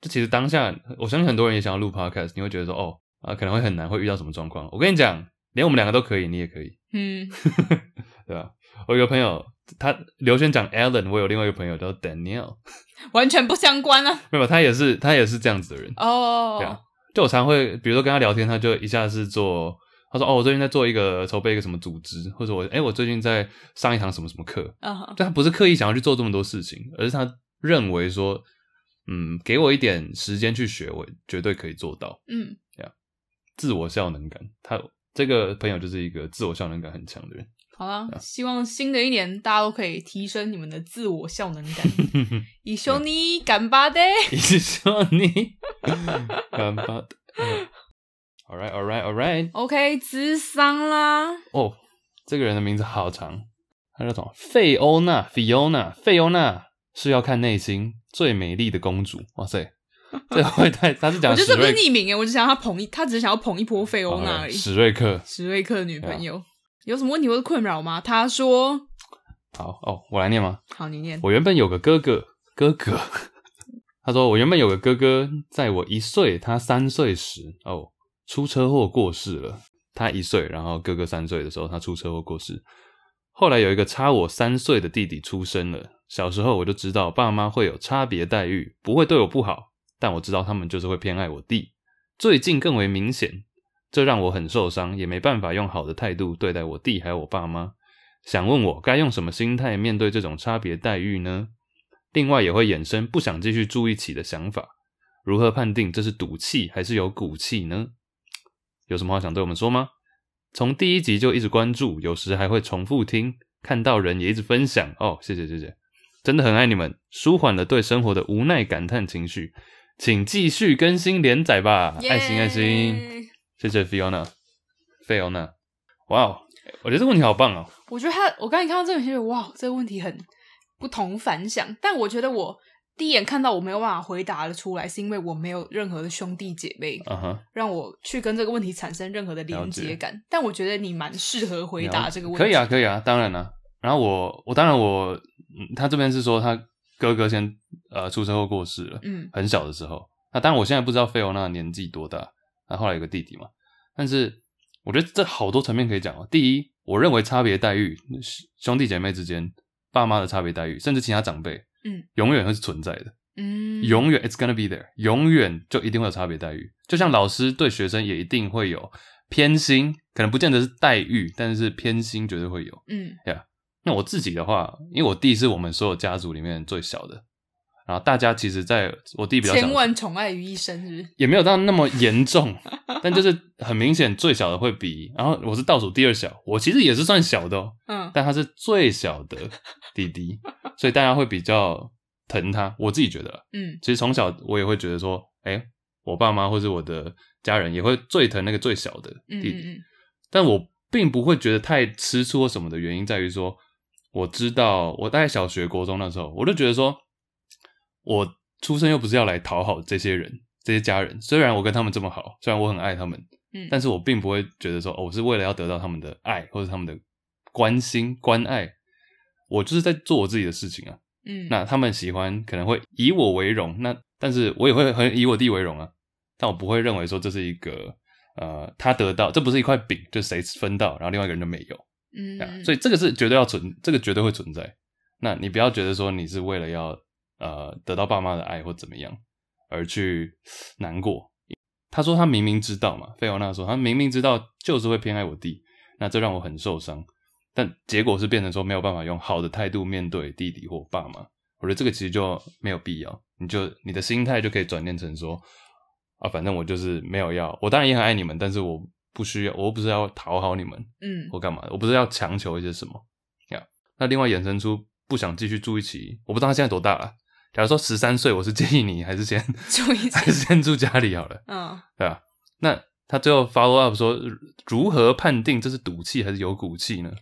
就其实当下我相信很多人也想要录 podcast，你会觉得说哦啊可能会很难，会遇到什么状况？我跟你讲，连我们两个都可以，你也可以，嗯，对吧？我有个朋友，他刘轩讲 Alan，我有另外一个朋友叫 Daniel， 完全不相关啊。没有，他也是他也是这样子的人，对啊哦，就我常会，比如说跟他聊天，他就一下是做，他说哦，我最近在做一个筹备一个什么组织，或者我哎、我最近在上一堂什么什么课，嗯哼，就他不是刻意想要去做这么多事情，而是他认为说，嗯，给我一点时间去学，我绝对可以做到。嗯，自我效能感，他这个朋友就是一个自我效能感很强的人。 好啦，啊希望新的一年大家都可以提升你们的自我效能 感。以修你干巴的，一直说你干巴的。All right, all right, all right. OK，智商啦。哦，这个人的名字好长，他叫什么？费欧娜，Fiona，费欧娜是要看内心最美丽的公主。哇塞，这会太，他是我讲觉得史这不是瑞匿名诶，欸我只想要他捧一，他只是想要捧一波费欧娜而已。史瑞克。史瑞克的女朋友有什么问题或者困扰吗？他说好哦，我来念吗？：“好，你念。我原本有个哥哥，哥哥， 他说我原本有个哥哥，在我一岁，他三岁时，哦，出车祸过世了。他一岁，然后哥哥三岁的时候，他出车祸过世。后来有一个差我三岁的弟弟出生了。小时候我就知道爸妈会有差别待遇，不会对我不好，但我知道他们就是会偏爱我弟。最近更为明显，这让我很受伤，也没办法用好的态度对待我弟还有我爸妈。想问我该用什么心态面对这种差别待遇呢？另外也会衍生不想继续住一起的想法，如何判定这是赌气还是有骨气呢？有什么话想对我们说吗？从第一集就一直关注，有时还会重复听，看到人也一直分享哦，谢谢谢谢，真的很爱你们，舒缓了对生活的无奈感叹情绪，请继续更新连载吧，爱心爱心。耶谢谢 Fiona，费欧娜，哇哦，我觉得这个问题好棒哦，我觉得他，我刚才看到这个，觉得哇，这个问题很不同凡响。但我觉得我第一眼看到我没有办法回答的出来，是因为我没有任何的兄弟姐妹啊哈，让我去跟这个问题产生任何的连接感。但我觉得你蛮适合回答这个问题，可以啊，，可以啊，当然啦、然后我，我当然我，嗯他这边是说他哥哥先呃出车祸过世了，嗯很小的时候。那当然我现在不知道费欧娜年纪多大，那后来有个弟弟嘛。但是我觉得这好多层面可以讲哦。第一，我认为差别待遇，兄弟姐妹之间、爸妈的差别待遇，甚至其他长辈，嗯，永远会是存在的。嗯，永远 it's gonna be there，永远就一定会有差别待遇。就像老师对学生也一定会有偏心，可能不见得是待遇，但是偏心绝对会有。嗯那我自己的话，因为我弟是我们所有家族里面最小的，然后大家其实在我弟比较小的时千候，万宠爱于一身，是不是？也没有到那么严重，但就是很明显最小的会比，然后我是倒数第二小，我其实也是算小的、哦，嗯但他是最小的弟弟，所以大家会比较疼他。我自己觉得啦，嗯其实从小我也会觉得说，哎、我爸妈或是我的家人也会最疼那个最小的嗯弟弟，嗯但我并不会觉得太吃醋或什么的原因，在于说，我知道我大概小学、国中那时候，我就觉得说，我出生又不是要来讨好这些人、这些家人。虽然我跟他们这么好，虽然我很爱他们，嗯，但是我并不会觉得说，哦，我是为了要得到他们的爱或者他们的关心、关爱。我就是在做我自己的事情啊。嗯，那他们喜欢可能会以我为荣，那但是我也会很以我弟为荣啊，但我不会认为说这是一个呃他得到，这不是一块饼，就谁分到，然后另外一个人就没有，嗯，这样，所以这个是绝对要存，这个绝对会存在。那你不要觉得说你是为了要呃得到爸妈的爱或怎么样而去难过。他说他明明知道嘛，费欧娜说他明明知道就是会偏爱我弟，那这让我很受伤。但结果是变成说没有办法用好的态度面对弟弟或爸妈。我觉得这个其实就没有必要，你就你的心态就可以转变成说啊，反正我就是没有要，我当然也很爱你们，但是我不需要，我又不是要讨好你们，嗯我干嘛？我不是要强求一些什么呀那另外衍生出不想继续住一起，我不知道他现在多大了。假如说十三岁，我是建议你还 是先注意还是先住家里好了，嗯对吧、那他最后 follow up 说，如何判定这是赌气还是有骨气呢？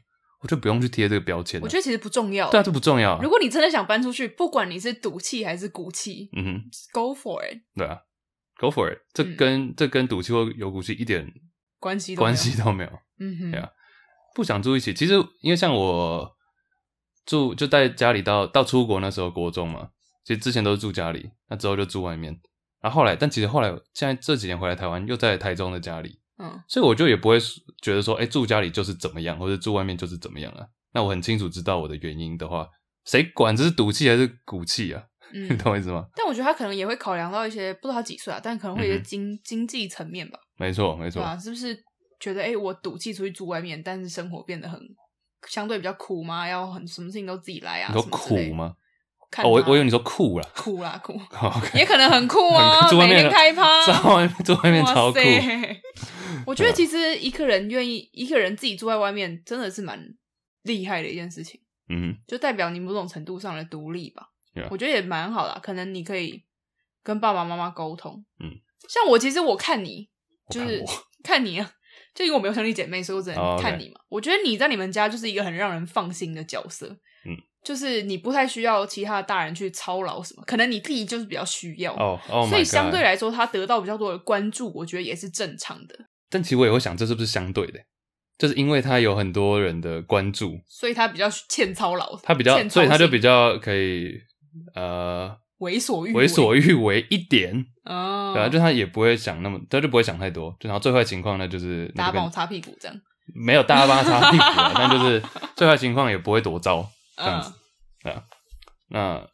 我就不用去贴这个标签了。我觉得其实不重要。对啊，这不重要啊。如果你真的想搬出去，不管你是赌气还是骨气嗯哼， ，go for it，对啊，Go for it，这嗯跟、这跟赌气或有骨气一点关系都没关，有系都没有。嗯对哼啊，不想住一起。其实因为像我住就在家里到到出国那时候国中嘛，其实之前都是住家里，那之后就住外面。然后后来，但其实后来现在这几年回来台湾，又在台中的家里， 嗯所以我就也不会觉得说，哎、住家里就是怎么样，或者住外面就是怎么样啊。那我很清楚知道我的原因的话，谁管这是赌气还是骨气啊？ 你嗯。懂我意思吗？但我觉得他可能也会考量到一些，不知道他几岁啊，但可能会有嗯一些哼经、经济层面吧，没错，没对错，啊吧、是不是觉得哎、诶我赌气出去住外面，但是生活变得很相对比较苦嘛，要很什么事情都自己来你啊，说什么之类苦？吗？看哦，我他我以为你说酷啦。 哦苦啦苦， OK，也可能很酷啊，很住外每面天开趴，在外面在外面超酷。啊哇塞我觉得其实一个人愿意一个人自己住在外面，真的是蛮厉害的一件事情，嗯就代表你某种程度上的独立吧。 Yeah 我觉得也蛮好的啊，可能你可以跟爸爸妈妈沟通。嗯，像我其实我看你我就看是我 看你啊，就因为我没有兄弟姐妹，所以我只哦能，OK 看你嘛。我觉得你在你们家就是一个很让人放心的角色。嗯，就是你不太需要其他的大人去操劳什么，可能你弟就是比较需要。哦哦， 所以相对，来说，他得到比较多的关注，我觉得也是正常的。但其实我也会想，这是不是相对的？就是因为他有很多人的关注，所以他比较欠操劳，他比较，欠操所以他就比心较可以呃为所欲为所欲欲为一点，啊，然后就他也不会想那么，他就不会想太多，就然后最坏情况呢就是那打就跟饱擦屁股这样。没有大家帮他擦屁股 啊，但就是最坏情况也不会多糟。这样嗯子啊那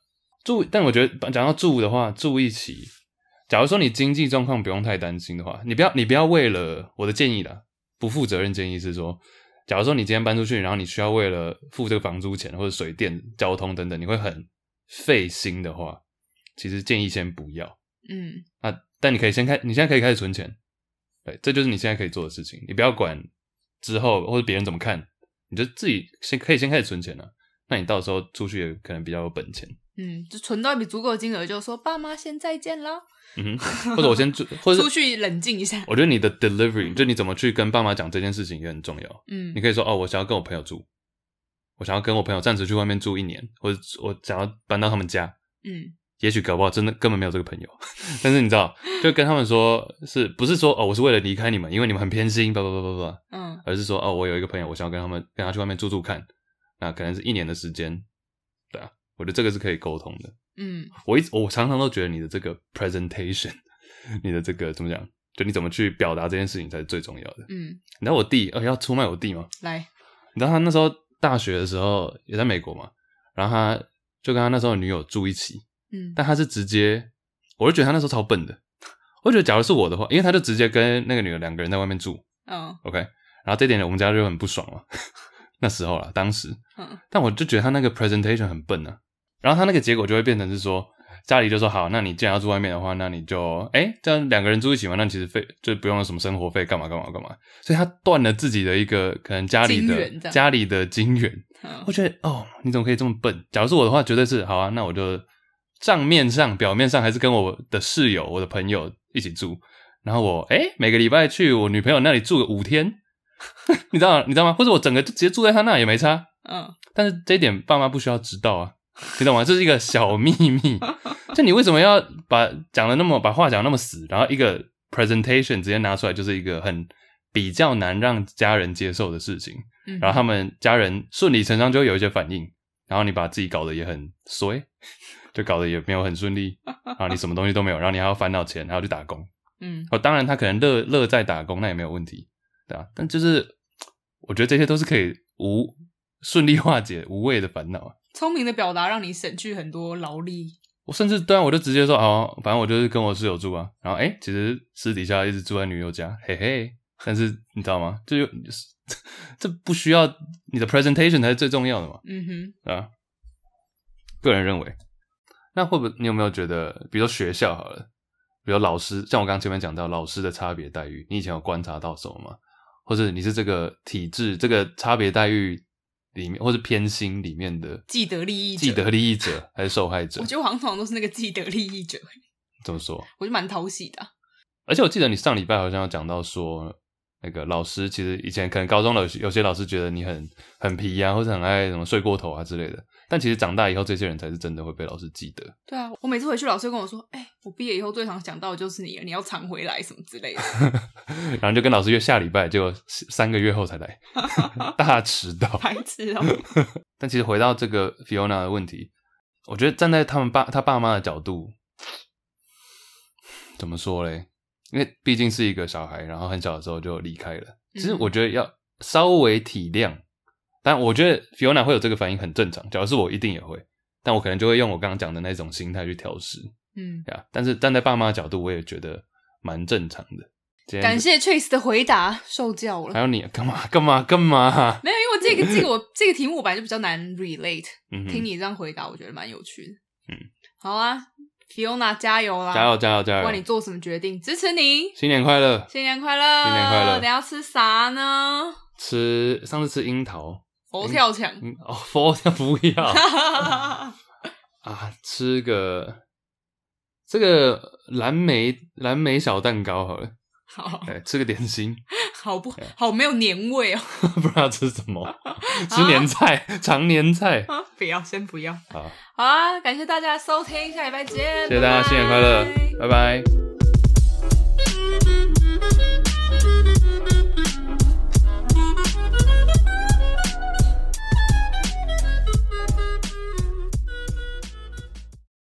住，但我觉得讲到住的话，住一起，假如说你经济状况不用太担心的话，你不要你不要为了我的建议啦，不负责任建议是说，假如说你今天搬出去，然后你需要为了付这个房租钱或者水电、交通等等，你会很费心的话，其实建议先不要嗯啊。但你可以先开，你现在可以开始存钱，对，这就是你现在可以做的事情，你不要管之后或者别人怎么看，你就自己先可以先开始存钱了、那你到时候出去也可能比较有本钱。嗯，就存到一笔足够的金额，就说爸妈先再见啦，嗯 哼，或者我先住，或者出是哦去冷静一下。我觉得你的 delivery，就你怎么去跟爸妈讲这件事情也很重要。嗯你可以说哦，我想要跟我朋友住，我想要跟我朋友暂时去外面住一年，或者我想要搬到他们家。嗯也许搞不好真的根本没有这个朋友， 但是你知道，就跟他们说，是不是说哦，我是为了离开你们，因为你们很偏心，叭叭叭叭叭，嗯而是说哦，我有一个朋友，我想要跟他们跟他去外面住住看，那可能是一年的时间，对啊，我觉得这个是可以沟通的。嗯我一直我常常都觉得你的这个 presentation，你 的这个怎么讲，就你怎么去表达这件事情才是最重要的。嗯，你知道我弟，呃，要出卖我弟吗？来，你知道他那时候大学的时候也在美国嘛，然后他就跟他那时候的女友住一起，嗯但他是直接，我就觉得他那时候超笨的。 我觉得假如是我的话，因为他就直接跟那个女的两个人在外面住嗯，OK，然后这一点我们家就很不爽嘛， 那时候啦，当时，嗯但我就觉得他那个 presentation 很笨啊。然后他那个结果就会变成是说，家里就说好，那你既然要住外面的话，那你就哎，这样两个人住一起嘛，那其实费就不用有什么生活费，干嘛干嘛干嘛。所以他断了自己的一个可能家里金源这的样家里的金源。嗯我觉得哦，你怎么可以这么笨？假如是我的话，绝对是好啊，那我就账面上、表面上还是跟我的室友、我的朋友一起住，然后我哎每个礼拜去我女朋友那里住个五天， 你知道你知道吗？或者我整个就直接住在他那也没差，嗯，但是这一点爸妈不需要知道啊， 你懂吗？这是一个小秘密。就你为什么要把讲的那么把话讲得那么死，然后一个 presentation 直接拿出来，就是一个很比较难让家人接受的事情，嗯然后他们家人顺理成章就会有一些反应，然后你把自己搞得也很衰，就搞得也没有很顺利，然后你什么东西都没有，然后你还要烦恼钱，还要去打工。嗯哦，当然他可能乐乐在打工，那也没有问题，对吧、但就是我觉得这些都是可以无顺利化解无谓的烦恼啊。聪明的表达让你省去很多劳力。我甚至对啊，我就直接说哦，反正我就是跟我室友住啊，然后哎、诶其实私底下一直住在女友家，嘿嘿。但是你知道吗？这就 这不需要你的 presentation 才是最重要的嘛。嗯哼，啊，个人认为，那会不会你有没有觉得，比如说学校好了，比如老师，像我刚刚前面讲到老师的差别待遇，你以前有观察到什么吗？或者你是这个体制这个差别待遇里面，或是偏心里面的既得利益者既得利益者还是受害者我？觉得我好像通常都是那个既得利益者，怎么说？我就蛮讨喜的啊、而且我记得你上礼拜好像有讲到说，那个老师其实以前可能高中老师有些老师觉得你很很皮啊，或者很爱什么睡过头啊之类的，但其实长大以后，这些人才是真的会被老师记得。对啊，我每次回去，老师跟我说：“哎、我毕业以后最常想到的就是你了，你要常回来什么之类的。 然后就跟老师约下礼拜，结果三个月后才 来，大迟”到。白痴哦、但其实回到这个 Fiona 的问题，我觉得站在他们爸他爸妈的角度，怎么说嘞？因为毕竟是一个小孩，然后很小的时候就离开了。其实嗯我觉得要稍微体谅，但我觉得 Fiona 会有这个反应很正常。假如是我，一定也会，但我可能就会用我刚刚讲的那种心态去调试嗯，对啊。但是站在爸妈的角度，我也觉得蛮正常的。今天感谢 Trace 的回答，受教还了。有你干嘛干嘛干嘛？没有，因为我这个这个我这个题目我本来就比较难 relate， 嗯哼，听你这样回答，我觉得蛮有趣的。嗯，好啊，Fiona 加油啦！加油加油加不油！管你做什么决定，支持你。新年快乐！新年快乐！新年快乐等一下要吃啥呢？吃上次吃樱桃，佛跳墙。嗯哦，佛不要啊，吃个这个蓝莓蓝莓小蛋糕好了， 好哎，吃个点心， 好不啊好？没有年味哦。 不知道吃什么，吃年菜，常年菜不要，先不要。好，好啊，感谢大家的收听，下礼拜见，谢谢大家，新年快乐拜拜拜，拜